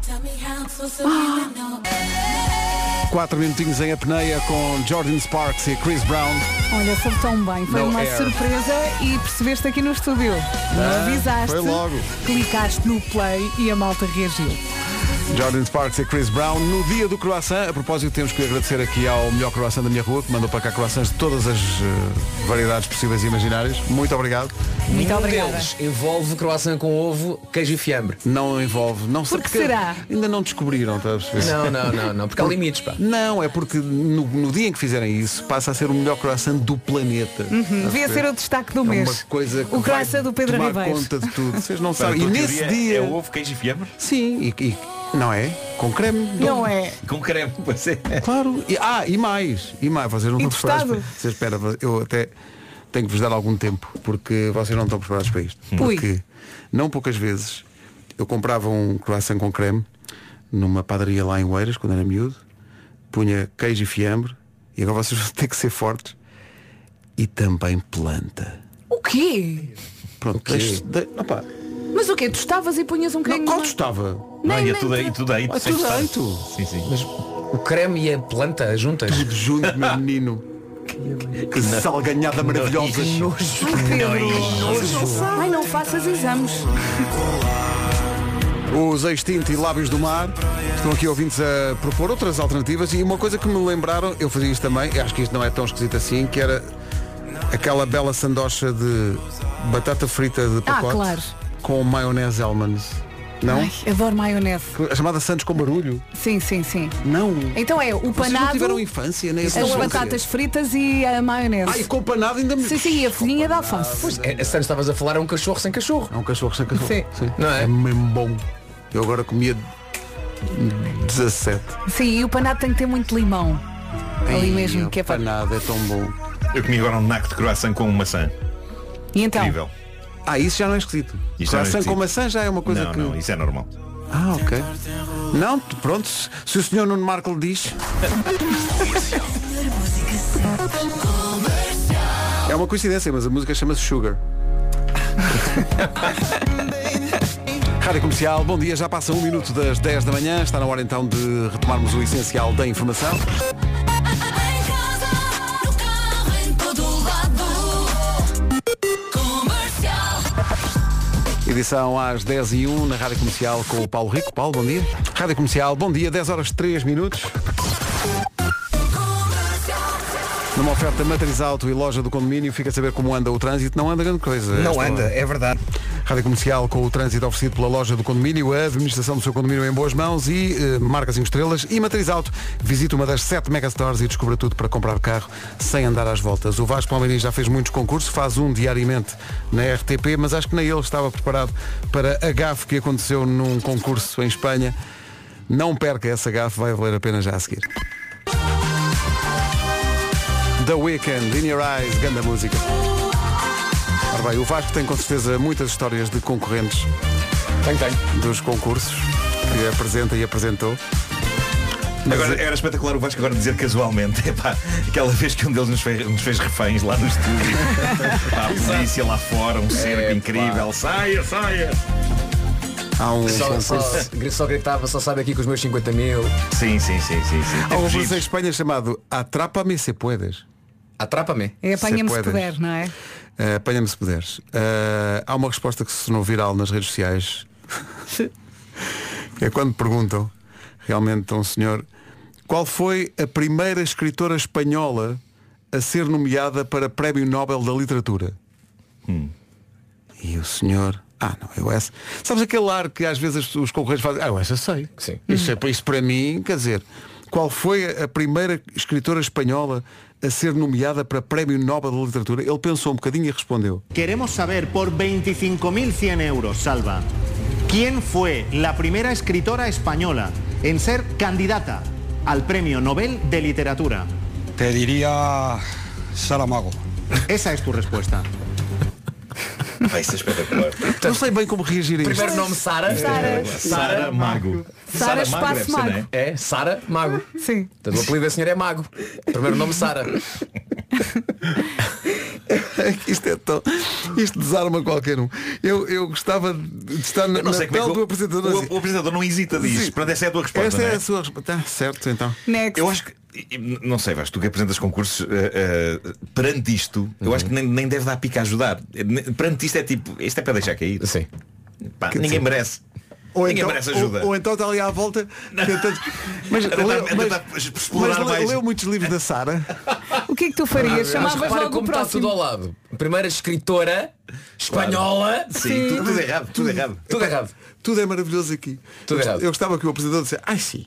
S1: 4 minutinhos em apneia com Jordan Sparks e Chris Brown.
S4: Olha, soube tão bem. Foi
S1: No
S4: uma
S1: air.
S4: surpresa e percebeste aqui no estúdio. Não avisaste.
S1: é? foi logo.
S4: Clicaste no play e a malta reagiu.
S1: Jordan Sparks e Chris Brown no dia do croissant. A propósito, temos que agradecer aqui ao melhor croissant da minha rua, que mandou para cá croissants de todas as eh, variedades possíveis e imaginárias. Muito obrigado.
S4: Muito
S11: Nenhum
S4: obrigada.
S11: Um deles envolve croissant com ovo, queijo e fiambre.
S1: Não envolve, não sei
S4: Por que
S1: porque
S4: será?
S1: Ainda não descobriram, estás a perceber?
S11: Não, não, não, não, porque há limites, pá.
S1: Não, é porque no, no dia em que fizerem isso passa a ser o melhor croissant do planeta.
S4: Uhum, Devia ser o destaque do
S1: é uma
S4: mês.
S1: coisa que
S4: o
S1: vai
S4: croissant do Pedro
S1: tomar
S4: Ribeiro.
S1: conta de tudo. Vocês não
S9: Para a
S1: sabem.
S9: tua
S1: E nesse
S9: teoria,
S1: dia.
S9: É ovo, queijo e fiambre?
S1: Sim, e, e- não é? Com creme.
S4: Não é?
S9: Com creme, pois é.
S1: Claro. E- ah, e mais. E mais. Vocês não
S4: E
S1: estão preparados.
S4: tostado.
S1: para- Vocês espera, eu até tenho que vos dar algum tempo, porque vocês não estão preparados para isto.
S4: Ui.
S1: Porque não poucas vezes eu comprava um croissant com creme numa padaria lá em Oeiras, quando era miúdo, punha queijo e fiambre, e agora vocês vão ter que ser fortes, e também planta.
S4: O quê?
S1: Pronto, deixe- de- opá,
S4: Mas o quê? Tu estavas e punhas um
S1: não,
S4: creme
S1: qual
S4: no-
S1: tostava?
S9: Não, e
S4: Nem-
S9: é tudo aí, tudo aí.
S1: Ah,
S9: sem
S1: tudo
S9: estar.
S1: aí, tu.
S9: Sim, sim.
S11: Mas o creme e a planta juntas.
S1: Tudo junto, meu menino. Que, salganhada maravilhosa.
S11: Nojo.
S4: Ai, não faças exames.
S1: Os Extinto e Lábios do Mar estão aqui ouvintes a propor outras alternativas e uma coisa que me lembraram, eu fazia isto também, eu acho que isto não é tão esquisito assim, que era aquela bela sandocha de batata frita de pacote
S4: Ah, claro.
S1: com maionese Hellmann's. Não?
S4: Ai, adoro maionese.
S1: A chamada Santos com barulho?
S4: Sim, sim, sim.
S1: Não.
S4: Então é o
S1: Vocês não
S4: panado,
S1: tiveram infância, nem
S4: as batatas fritas e a maionese.
S1: Ai, com panado ainda me...
S4: Sim, sim, e a folhinha de alface.
S11: Pois, é, Santos, estavas a falar a um cachorro sem cachorro.
S1: É um cachorro sem cachorro.
S4: Sim.
S11: Não é?
S1: É mesmo bom. Eu agora comia 17.
S4: Sim, e o panado tem que ter muito limão. Ali mesmo, que é para...
S1: panado, é tão bom.
S9: Eu comi agora um naco de croissant com maçã.
S4: E então,
S9: Incrível.
S1: Ah, isso já não é esquisito.
S9: Isso já não é
S1: Croissant
S9: esquisito.
S1: com maçã já é uma coisa
S9: Não,
S1: que.
S9: não, isso é normal.
S1: Ah, ok. Não, t- pronto, se se o senhor Nuno Marco lhe diz. É uma coincidência, mas a música chama-se Sugar. Rádio Comercial, bom dia, já passa um minuto das 10 da manhã, está na hora então de retomarmos o essencial da informação.
S6: Em casa, no carro, em todo lado. Comercial.
S1: Edição às 10 e 1 na Rádio Comercial com o Paulo Rico. Paulo, bom dia. Rádio Comercial, bom dia, 10 horas 3 minutos.
S6: Comercial.
S1: Numa oferta matriz alto e loja do condomínio, fica a saber como anda o trânsito. Não anda grande coisa.
S3: Não
S1: esta
S3: anda,
S1: hora.
S3: é verdade.
S1: Rádio Comercial com o trânsito oferecido pela loja do condomínio, a administração do seu condomínio em boas mãos e eh, marca 5 estrelas e matriz alto. Visite uma das 7 megastores e descubra tudo para comprar carro sem andar às voltas. O Vasco Palmeirinho já fez muitos concursos, faz um diariamente na RTP, mas acho que nem ele estava preparado para a gafe que aconteceu num concurso em Espanha. Não perca essa gafe, vai valer a pena já a seguir. The Weekend, In Your Eyes, ganda música. Ora bem, o Vasco tem com certeza muitas histórias de concorrentes. Tem, tem. Dos concursos que apresenta e apresentou. Mas
S9: Agora, era espetacular o Vasco agora dizer casualmente, epá, aquela vez que um deles nos fez, nos fez reféns lá no estúdio. Pá, a polícia lá fora, um cerco incrível, saia, saia!
S1: Há um
S11: só, só, só gritava, só sabe aqui com os meus 50 mil.
S9: Sim, sim, sim, sim, sim.
S1: Há um concurso em Espanha chamado Atrapa-me se puedes.
S11: Atrapa-me?
S4: É apanha-me se
S1: puedes.
S4: puder, não é?
S1: Eh, Apanha-me se puderes. Eh, há uma resposta que se tornou viral nas redes sociais. é quando perguntam, realmente, a um senhor, qual foi a primeira escritora espanhola a ser nomeada para Prémio Nobel da Literatura? E o senhor. Ah, não, eu essa. Sabes aquele ar que às vezes os concorrentes fazem? Ah, eu essa sei. Sim. Isso, é, isso para mim, quer dizer, qual foi a primeira escritora espanhola a ser nomeada para Prémio Nobel da Literatura? Ele pensou um bocadinho e respondeu.
S18: Queremos saber por 25.100 euros, Salva, ¿quién fue la primera escritora española en ser candidata al Premio Nobel de Literatura?
S19: Te diría Saramago.
S18: Esa es tu respuesta.
S9: Vai ser espetacular.
S1: não sei bem como reagir a isto.
S11: Primeiro nome Sara.
S9: Sara. Sara Mago.
S11: Sara
S9: Sara Mago deve
S11: Espaço
S9: ser, não
S11: Mago.
S9: é?
S11: É, Sara Mago.
S4: Sim.
S11: Então, o apelido da senhora é Mago. Primeiro nome Sara.
S1: isto é tão. Isto desarma qualquer um. Eu, eu gostava de estar na,
S9: Eu não
S1: na
S9: sei como é
S1: pele
S9: que
S1: do
S9: o,
S1: apresentador.
S9: o-
S1: assim.
S9: o apresentador não hesita disso.
S1: Sim.
S9: Portanto, essa é a tua resposta.
S1: Esta
S9: não
S1: é
S9: é?
S1: a sua resposta. Tá certo, então.
S9: Eu acho que. Não sei, Vasco, tu que apresentas concursos eh, eh, perante isto, eu acho que nem, nem deve dar pica a ajudar. Eh, ne- Perante isto é tipo, isto é para deixar cair.
S11: Sim.
S9: Pá,
S1: Quer
S9: ninguém
S1: dizer,
S9: merece.
S1: Ou
S9: ninguém
S1: então,
S9: merece ajuda.
S1: Ou, ou então está ali à volta. tentando- Mas,
S9: A tentar-
S1: leu,
S9: a tentar
S1: mas,
S9: explorar
S1: mas leu-
S9: mais.
S1: leu muitos livros da Sara.
S4: O que é que tu farias?
S11: Mas
S4: Chamavas
S11: repara
S4: logo o
S11: como está
S4: próximo.
S11: tudo ao lado. Primeira escritora espanhola.
S9: Sim, tudo, tudo errado, tudo errado.
S11: Tudo errado.
S1: Tudo é maravilhoso aqui.
S11: Tudo
S1: eu,
S11: errado.
S1: eu gostava que o apresentador dissesse, ai sim.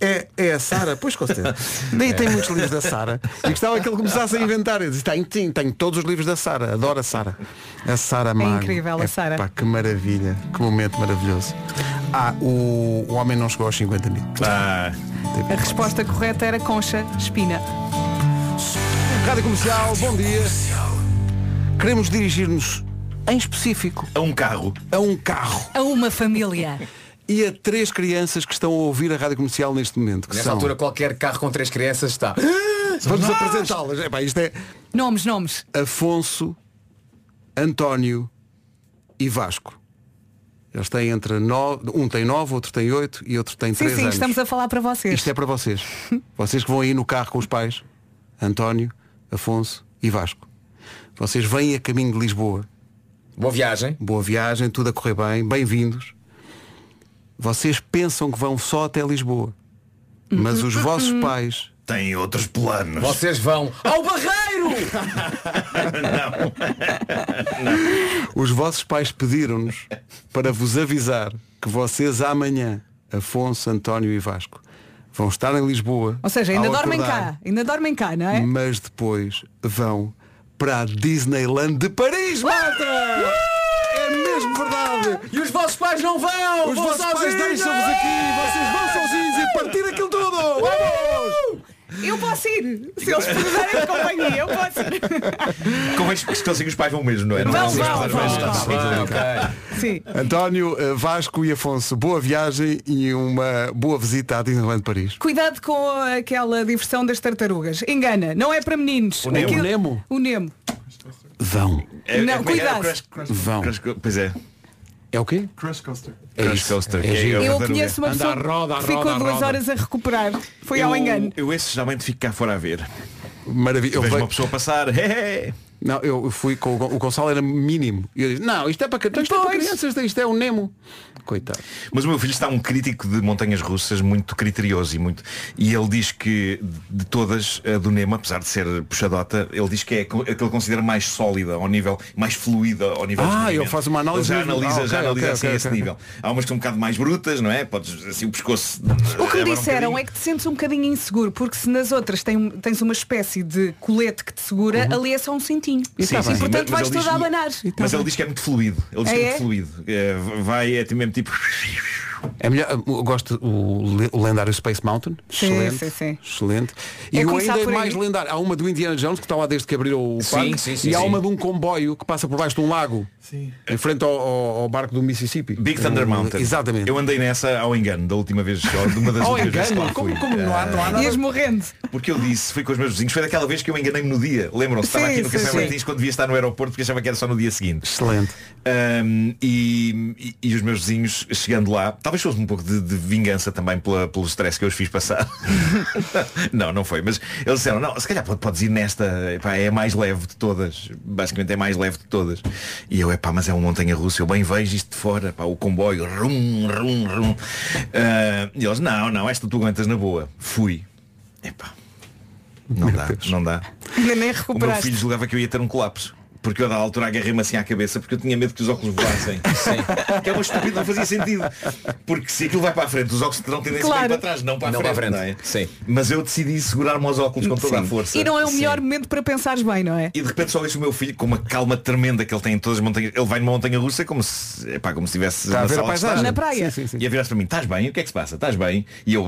S1: É, é a Sara, pois com certeza. Daí tem muitos livros da Sara. E gostava que ele começasse a inventar. Ele disse, tem, tem, tenho todos os livros da Sara. Adoro a Sara. A Sara Mago.
S4: É incrível, a Sara.
S1: Epá, que maravilha. Que momento maravilhoso. Ah, o, o homem não chegou aos 50 mil.
S9: Ah,
S4: A resposta correta era concha, espina.
S1: Rádio Comercial, bom dia. Queremos dirigir-nos em específico
S9: a um carro.
S1: A um carro.
S4: A uma família.
S1: E a três crianças que estão a ouvir a Rádio Comercial neste momento. Que
S11: Nessa
S1: são... Ah,
S11: altura qualquer carro com três crianças está.
S1: Vamos
S11: Nós!
S1: apresentá-las. Epá, isto é
S4: Nomes, nomes.
S1: Afonso, António e Vasco. Eles têm entre nove, um tem nove, outro tem oito e outro tem
S4: Sim,
S1: três
S4: sim,
S1: anos.
S4: estamos a falar para vocês.
S1: Isto é para vocês. Vocês que vão aí no carro com os pais, António, Afonso e Vasco. Vocês vêm a caminho de Lisboa.
S11: Boa viagem.
S1: Boa viagem, tudo a correr bem, bem-vindos. Vocês pensam que vão só até Lisboa. Mas os vossos
S4: Uhum.
S1: pais
S9: têm outros planos.
S11: Vocês vão Ah, ao barreiro!
S1: Os vossos pais pediram-nos para vos avisar que vocês amanhã, Afonso, António e Vasco, vão estar em Lisboa.
S4: Ou seja, ainda
S1: ao
S4: dormem
S1: acordar,
S4: cá. Ainda dormem cá, não é?
S1: Mas depois vão para a Disneyland de Paris, malta! É mesmo verdade!
S11: E os vossos pais não vão!
S1: Os
S11: vão
S1: vossos pais
S11: sozinhos!
S1: deixam-vos aqui, vocês vão sozinhos e partir aquilo tudo! Vamos!
S4: Eu posso ir. Se eles precisarem de companhia, eu posso ir.
S9: Convém é que se fossem os pais vão mesmo, não é? Não vão
S4: Vão,
S9: os
S4: vão,
S9: pais,
S4: vão,
S9: mas-
S4: vão.
S9: mas- mas-
S4: Vão, Sim.
S1: António, eh, Vasco e Afonso, boa viagem e uma boa visita à Disneyland de Paris.
S4: Cuidado com aquela diversão das tartarugas. Engana, não é para meninos.
S1: O Nemo. O Nemo?
S4: O Nemo.
S1: Vão.
S9: É- é-
S4: Não,
S9: como é que era?
S4: cuidado.
S9: Crash- Crash-
S1: Vão.
S9: Crash- Pois é.
S1: É o quê?
S15: Crash Coaster.
S9: Crash Coaster. que é a
S4: Eu
S9: tartaruga.
S4: conheço uma pessoa que ficou duas horas a recuperar. Foi ao
S9: Eu-
S4: engano.
S9: Eu esse geralmente fico cá fora a ver.
S1: Maravilha.
S9: Vejo uma pessoa passar. "Hey, hey."
S1: Não, eu fui com o Gon- o Gonçalo era mínimo. E eu disse, não, isto é para, que- isto é para
S4: Pois.
S1: crianças, isto é o Nemo. Coitado.
S9: Mas o meu filho está um crítico de montanhas russas muito criterioso e muito. E ele diz que de todas, a do Nema, apesar de ser puxadota, ele diz que é a que ele considera mais sólida ao nível, mais fluida ao nível.
S1: Ah,
S9: de movimento.
S1: ele faz uma análise
S9: Ele já
S1: mesmo.
S9: analisa,
S1: Ah,
S9: já
S1: ok,
S9: analisa
S1: ok,
S9: assim
S1: ok,
S9: esse
S1: ok.
S9: nível. Há umas que são um bocado mais brutas, não é? Podes assim o pescoço.
S4: O que me
S9: abra um
S4: disseram
S9: bocadinho.
S4: é que te sentes um bocadinho inseguro, porque se nas outras tem- um, tens uma espécie de colete que te segura, ali é só um cintinho. E,
S9: Uhum. Sim, sim, mas- mas
S4: portanto vais
S9: ele diz
S4: toda a
S9: que-
S4: abanar.
S9: Mas ele diz que é muito fluido. Ele diz
S4: É,
S9: que é
S4: é?
S9: muito fluido. É, vai, é mesmo tipo.
S1: É melhor, eu gosto o le- o lendário Space Mountain.
S4: Sim,
S1: excelente.
S4: sim, sim.
S1: Excelente.
S4: É
S1: E o
S4: começar
S1: ainda é
S4: por aí.
S1: mais lendário. Há uma do Indiana Jones que está lá desde que abriu o
S11: Sim,
S1: parque.
S11: sim, sim,
S1: e há
S11: sim.
S1: uma de um comboio que passa por baixo de um lago. Em frente ao, ao- ao barco do Mississippi.
S9: Big Thunder
S1: O-
S9: Mountain.
S1: Hum, Exatamente.
S9: Eu andei nessa ao engano da última vez, ou de uma das
S1: Ao
S9: últimas vezes que
S1: engano?
S9: lá fui.
S1: Oh, é Como- como não há- não há
S9: Ah,
S1: nada-
S4: Ias morrendo.
S9: Porque eu disse, fui com os meus vizinhos, foi daquela vez que eu enganei-me no dia. Lembram-se, estava
S4: Sim,
S9: aqui no
S4: sim,
S9: Café
S4: sim.
S9: Martins quando devia estar no aeroporto porque achava que era só no dia seguinte.
S1: Excelente.
S9: Ahm, e, e- e os meus vizinhos chegando lá, talvez fosse um pouco de, de vingança também pela- pelo stress que eu os fiz passar. não, não foi, mas eles disseram, não, se calhar pode- podes ir nesta, epá, é a mais leve de todas. Basicamente é a mais leve de todas. E eu, epá, mas é uma montanha russa, eu bem vejo isto de fora, pá, o comboio, rum, rum, rum. Ah, e eles, não, não, esta tu aguentas na boa. Fui. Epá. Não dá, não dá.
S4: Ainda nem
S9: O meu
S4: recuperaste.
S9: filho julgava que eu ia ter um colapso. Porque eu a dada altura agarrei-me assim à cabeça porque eu tinha medo que os óculos voassem. Sim. Que é uma estúpida, não fazia sentido. Porque se aquilo vai para a frente, os óculos terão tendência para ir
S4: Claro.
S9: para trás, não para a
S11: Não para a
S9: frente.
S11: frente.
S9: não é?
S11: Sim.
S9: Mas eu decidi segurar-me aos óculos com toda a força.
S4: E não é o
S9: Sim.
S4: melhor momento para pensares bem, não é?
S9: E de repente só isso o meu filho com uma calma tremenda que ele tem em todas as montanhas. Ele vai numa montanha russa é como se, epá, como se estivesse
S1: Está a
S9: na
S1: ver a
S9: sala de
S1: paisagem.
S9: estar.
S1: Na praia.
S9: Sim, sim, sim. E a virar-se para mim, estás bem? O que é que se passa? Estás bem? E eu.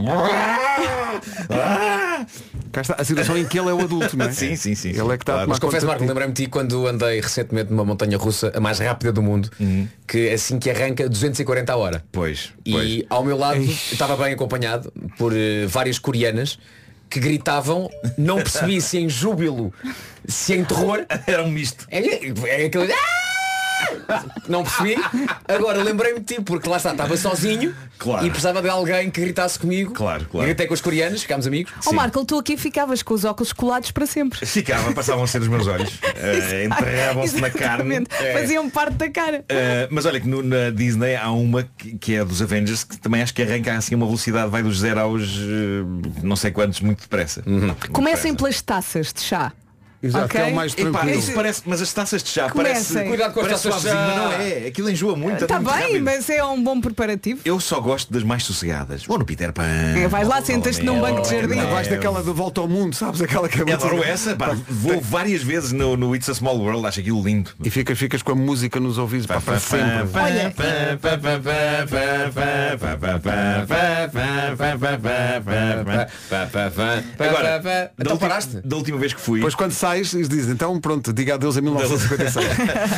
S9: "Ah!"
S1: Cá está a situação em que ele é o adulto, não é?
S9: Sim, sim, sim.
S1: Ele é que está a
S11: Mas
S1: tomar conta
S11: confesso, Marco,
S1: de ti.
S11: lembrei-me de ti quando andei recentemente numa montanha russa, a mais rápida do mundo,
S9: Uhum.
S11: que assim que arranca 240 a hora.
S9: Pois.
S11: E ao meu lado estava bem acompanhado por eh, várias coreanas que gritavam, não percebi se em júbilo, se em terror.
S9: Era um misto.
S11: É, é aquele. "Ah!" Não percebi. Agora lembrei-me de ti, porque lá está, estava sozinho
S9: Claro.
S11: e precisava de alguém que gritasse comigo. Claro,
S9: claro.
S11: Gritei com os coreanos, ficámos amigos.
S4: Ó Oh, Marco, tu aqui ficavas com os óculos colados para sempre.
S9: Ficava, passavam a ser os meus olhos. Eh, Enterravam-se na carne.
S4: Exatamente.
S9: Eh,
S4: Faziam parte da cara.
S9: Uh, mas olha que no- na Disney há uma que, que é a dos Avengers que também acho que arranca assim uma velocidade, vai dos zero aos eh, não sei quantos, muito depressa. Muito
S4: Comecem pelas taças de chá.
S9: depressa.
S1: é
S4: Ok? é
S9: Epá, isso parece, mas as taças de chá
S4: Comecem.
S9: parece,
S4: Cuidado com as
S9: parece
S11: taças de
S9: suavezinho,
S11: chá.
S9: mas não é. Aquilo enjoa muito.
S4: Está
S9: é muito
S4: bem,
S9: rápido.
S4: mas é um bom preparativo.
S9: Eu só gosto das mais sossegadas. Ou no Peter Pan.
S4: É, vais lá,
S9: ou-
S4: sentas-te
S9: ou-
S4: num banco de
S9: ou-
S4: jardim.
S9: não, é um
S1: Vais daquela de volta ao mundo, sabes? Aquela que é muito-
S9: Adoro essa, pá, vou várias vezes no, no It's a Small World, acho aquilo lindo.
S1: E ficas, ficas com a música nos ouvidos pá, para sempre.
S9: Olha. Agora, da,
S11: Então
S9: ulti-
S11: paraste?
S9: da última vez que fui,
S1: Depois quando sais, eles dizem, então pronto, diga adeus a 1956.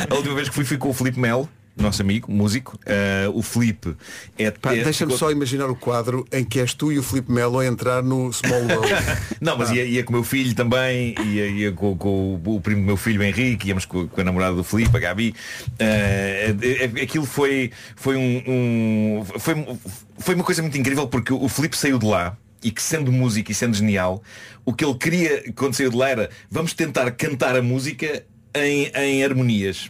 S9: a última vez que fui fui com o Filipe Melo, nosso amigo, músico. Eh, o Filipe é,
S1: Pá,
S9: é-
S1: Deixa-me
S9: ficou-
S1: só imaginar o quadro em que és tu e o Filipe Melo a entrar no Small World.
S9: Não, mas ia, ia com o meu filho também, ia, ia com, com o, o primo do meu filho, o Henrique, íamos com, com a namorada do Filipe, a Gabi. Eh, eh, eh, aquilo foi, foi, um, um- foi, foi uma coisa muito incrível porque o Filipe saiu de lá e que sendo músico e sendo genial, o que ele queria quando saiu de lá era vamos tentar cantar a música em, em harmonias.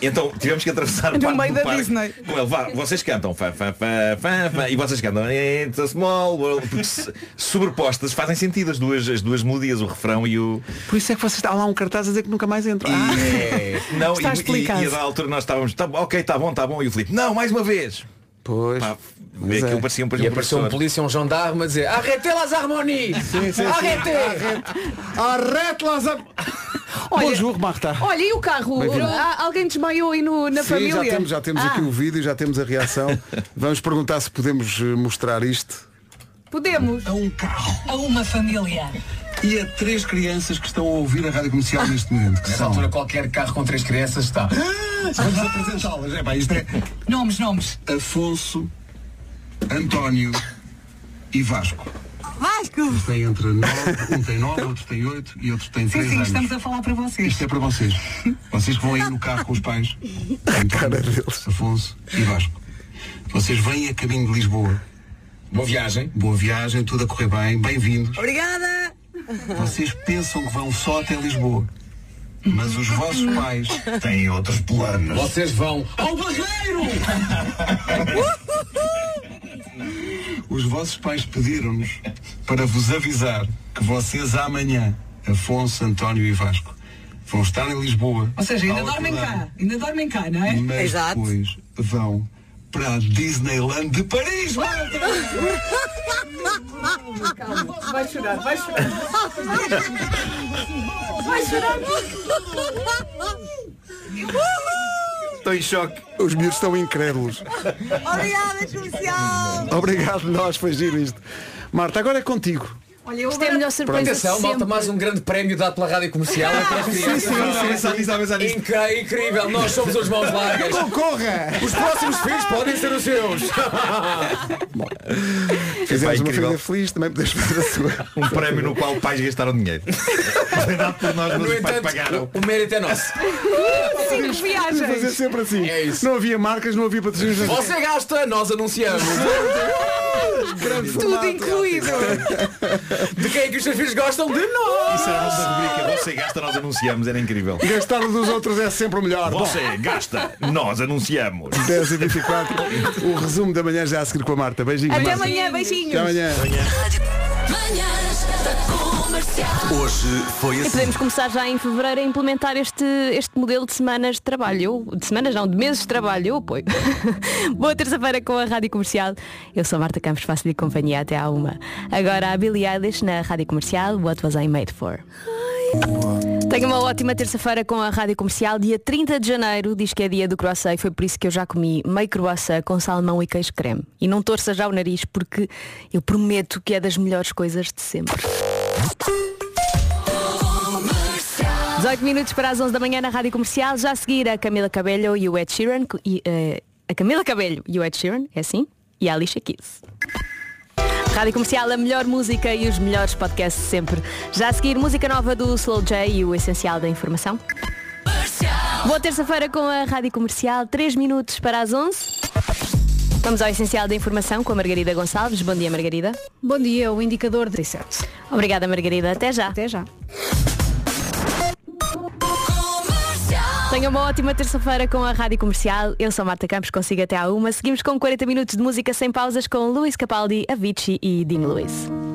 S9: Então tivemos que atravessar
S4: No
S9: parte
S4: meio
S9: do
S4: da
S9: parque
S4: Disney.
S9: com ele. Vá, vocês cantam fã, fã, fã, fã, fã, e vocês cantam It's a small world porque se- sobrepostas fazem sentido as duas, as duas melodias, o refrão e o.
S1: Por isso é que vocês há lá um cartaz a dizer que nunca mais entram.
S4: Ah.
S9: é, Não,
S1: Está
S9: e- e,
S1: explicado.
S9: e, a da altura nós estávamos, tá, ok, está bom, está bom, e o Filipe, não, mais uma vez.
S1: Pois.
S9: Pá,
S1: Pois
S9: aquilo
S1: é.
S9: parecia um,
S11: E apareceu um
S9: professor.
S11: polícia, um gendarme a dizer Arrete las harmonies! Arrete!
S1: Arrete las Bonjour, Marta.
S4: Olha, e o carro?
S1: Bem-vindo.
S4: Ah, Alguém desmaiou aí no- na
S1: Sim,
S4: família?
S1: já temos, já temos
S4: Ah,
S1: aqui um- o vídeo, já temos a reação. Vamos perguntar se podemos eh, mostrar isto.
S4: Podemos.
S19: A um carro
S4: A uma família.
S19: e a três crianças que estão a ouvir a rádio comercial neste momento. Que
S11: Nessa
S19: são...
S11: altura qualquer carro com três crianças está.
S19: Vamos apresentá-las. É, pá, isto é
S15: Nomes, nomes.
S19: Afonso, António e Vasco.
S15: Vasco!
S19: Isto tem entre nove, um tem nove, outro tem oito e outro tem três anos.
S15: a falar para vocês.
S19: Isto é para vocês. Vocês que vão aí no carro com os pais. António, Afonso e Vasco. Vocês vêm a caminho de Lisboa. Boa viagem. Boa viagem, tudo a correr bem, bem-vindos.
S15: Obrigada!
S19: Vocês pensam que vão só até Lisboa. Mas os vossos pais têm outros planos.
S12: Vocês vão
S19: ao barreiro! Os vossos pais pediram-nos para vos avisar que vocês amanhã, Afonso, António e Vasco, vão estar em Lisboa.
S20: Ou seja, ainda
S19: ao
S20: dormem
S19: acordar,
S20: cá. Ainda dormem cá, não é?
S19: Mas depois vão para a Disneyland de Paris, é? malta!
S20: Calma, vai chorar, vai chorar. Vai chorar.
S1: Estou em choque. Os miúdos estão incrédulos.
S6: Obrigada, comercial!
S1: Obrigado, nós, foi giro isto. Marta, agora é contigo.
S10: Olha, eu Isto é a melhor surpresa de
S11: Atenção, malta,
S10: sempre.
S11: mais um grande prémio dado pela rádio comercial. É para as crianças.
S6: Sim, sim, sim,
S1: sim,
S11: Incri- Incrível, nós somos os mãos largas.
S1: Concorra!
S11: Os próximos filhos podem ser os seus.
S9: Epá,
S1: Fizemos uma
S9: incrível.
S1: família feliz, também podes fazer a sua.
S9: Um prémio no qual pais gastaram dinheiro. Foi dado por nós, mas
S11: No
S9: os pais
S11: entanto,
S9: pagaram.
S11: O mérito é nosso. É
S6: Cinco
S1: Vamos fazer sempre assim. Não havia marcas, não havia patrocínios.
S11: Você gasta, nós anunciamos.
S1: Grande
S11: Tudo incluído. De quem é que os seus filhos gostam? De nós.
S9: Isso era a nossa rubrica. Você gasta, nós anunciamos. Era incrível.
S1: Gastar o dos outros é sempre o melhor. Bom,
S9: Você gasta, nós anunciamos.
S1: 10 e 24 O resumo da manhã já a seguir com a Marta. Beijinhos.
S10: Até
S1: Marta.
S10: amanhã, beijinhos.
S1: Até amanhã.
S6: Manhãs da comercial.
S12: Hoje foi
S10: E
S12: assim.
S10: podemos começar já em fevereiro a implementar este, este modelo de semanas de trabalho. Eu- De semanas não, de meses de trabalho. Eu apoio. Boa terça-feira com a Rádio Comercial. Eu sou a Marta Campos, faço-lhe companhia até à uma. Agora a Billie Eilish na Rádio Comercial. What was I made for? Tenha uma ótima terça-feira com a Rádio Comercial, dia 30 de janeiro, diz que é dia do croissant e foi por isso que eu já comi meio croissant com salmão e queijo creme. E não torça já o nariz porque eu prometo que é das melhores coisas de sempre. 18 minutos para as 11 da manhã na Rádio Comercial, já a seguir a Camila Cabelho e o Ed Sheeran, e, eh, a Camila Cabelho e o Ed Sheeran, é assim, e a Alicia Keys. Rádio Comercial, a melhor música e os melhores podcasts de sempre. Já a seguir, música nova do Slow J e o essencial da informação. Boa terça-feira com a Rádio Comercial, 3 minutos para as 11. Vamos ao essencial da informação com a Margarida Gonçalves. Bom dia, Margarida.
S16: Bom dia, o indicador 17.
S10: Obrigada, Margarida. Até já. Até
S16: já.
S10: Tenha uma ótima terça-feira com a Rádio Comercial. Eu sou Marta Campos, consigo até à uma. Seguimos com 40 minutos de música sem pausas com Luís Capaldi, Avicii e Dean Lewis.